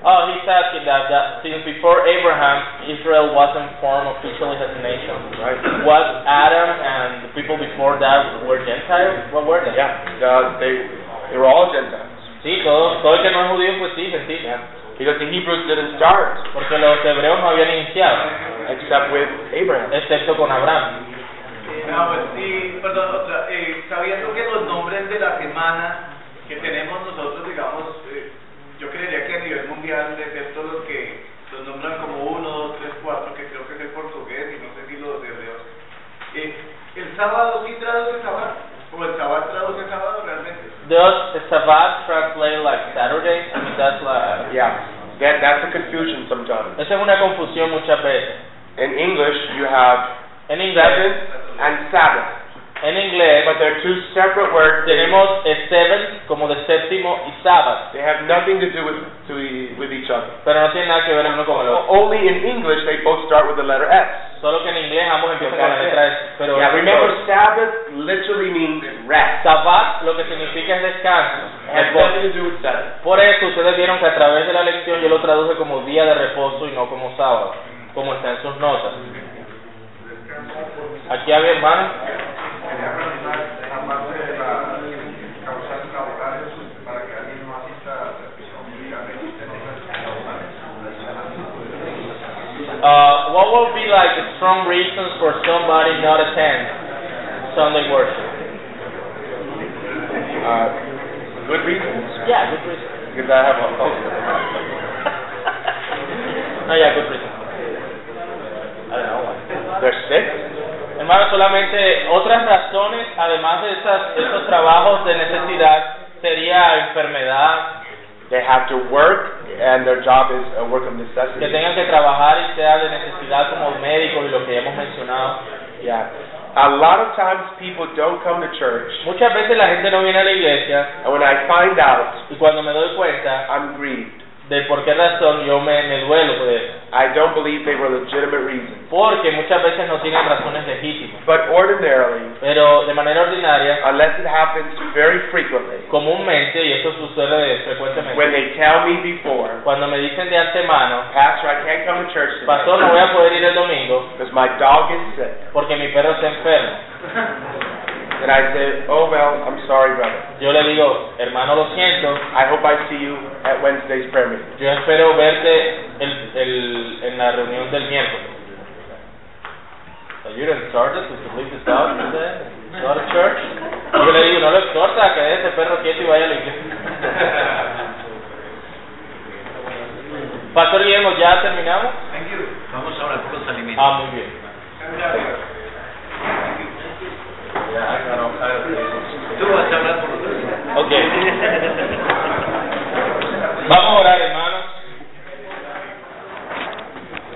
Oh, he's asking that, that since before Abraham, Israel wasn't formed officially as a nation. Right. Was Adam and the people before that were Gentiles? What were they? Yeah, uh, they, they were all Gentiles. Sí, todo, todo el que no es judío, pues sí, gentil. Because the Hebrews didn't start Porque los hebreos no habían iniciado, except with Abraham. excepto con Abraham. Ah, pues sí, perdón, o sea, eh, sabiendo que los nombres de la semana que tenemos nosotros, digamos, eh, yo creería que a nivel mundial, excepto los que los nombran como 1, 2, 3, 4, que creo que es el portugués y no sé si los hebreos, eh, ¿el sábado sí traduce sábado? ¿O el sábado traduce sábado realmente? Does Sabbath translate like Saturday? I mean, that's like... Yeah, that, that's a confusion sometimes. Esa es una confusión muchas veces. In English, you have En seven inglés, and Sabbath, en inglés but they're two separate words. tenemos el seven como de séptimo y sábado, They have nothing to do with to e- with each other. pero no tiene nada que ver el uno con el otro. O- Only in English they both start with the letter S. Solo que en inglés ambos empiezan con la letra S. Pero Yeah, remember Sabbath literally means rest. Sabbat lo que significa es descanso. It has nothing to do with Sabbath. Por eso ustedes vieron que a través de la lección yo lo traduje como día de reposo y no como sábado, como está en sus notas. Aquí había hermano. Quería preguntar la parte de las causas laborales para que alguien no asista a servicio Uh, what would be like the strong reasons for somebody not attend Sunday worship? Uh, good reasons. Yeah, good reason. Because I have a phone. No, Ah, yeah, good reason. I don't know why. They're sick. Hermano, solamente otras razones, además de esas, esos trabajos de necesidad, sería enfermedad, They have to work, and their job is a work of necessity. que tengan que trabajar y sea de necesidad como médicos y lo que ya hemos mencionado. Yeah. A lot of times people don't come to church, Muchas veces la gente no viene a la iglesia and when I find out, y cuando me doy cuenta I'm grieved. de por qué razón yo me, me duelo por eso. I don't believe they were legitimate reasons. Porque muchas veces no tienen razones legítimas. But ordinarily, Pero de manera ordinaria, unless it happens very frequently, comúnmente, y eso sucede frecuentemente, when they tell me before, cuando me dicen de antemano, Pastor, I can't come to church pastor, no voy today a poder ir el domingo because my dog is sick, porque mi perro está enfermo. and I say, oh well, I'm sorry, brother. Yo le digo, hermano, lo siento, I hope I see you at Wednesday's prayer meeting. yo espero verte el, el, en la reunión del miércoles. So you didn't start this, you leave this out, you said, it's not a church. Yo le digo, no lo exhorta, que deje ese perro quieto y vaya a la iglesia. Pastor Guillermo, ¿ya terminamos? Vamos ahora por los alimentos. Ah, muy bien. Tú vas a hablar por los alimentos. Ok. Vamos a orar, hermano.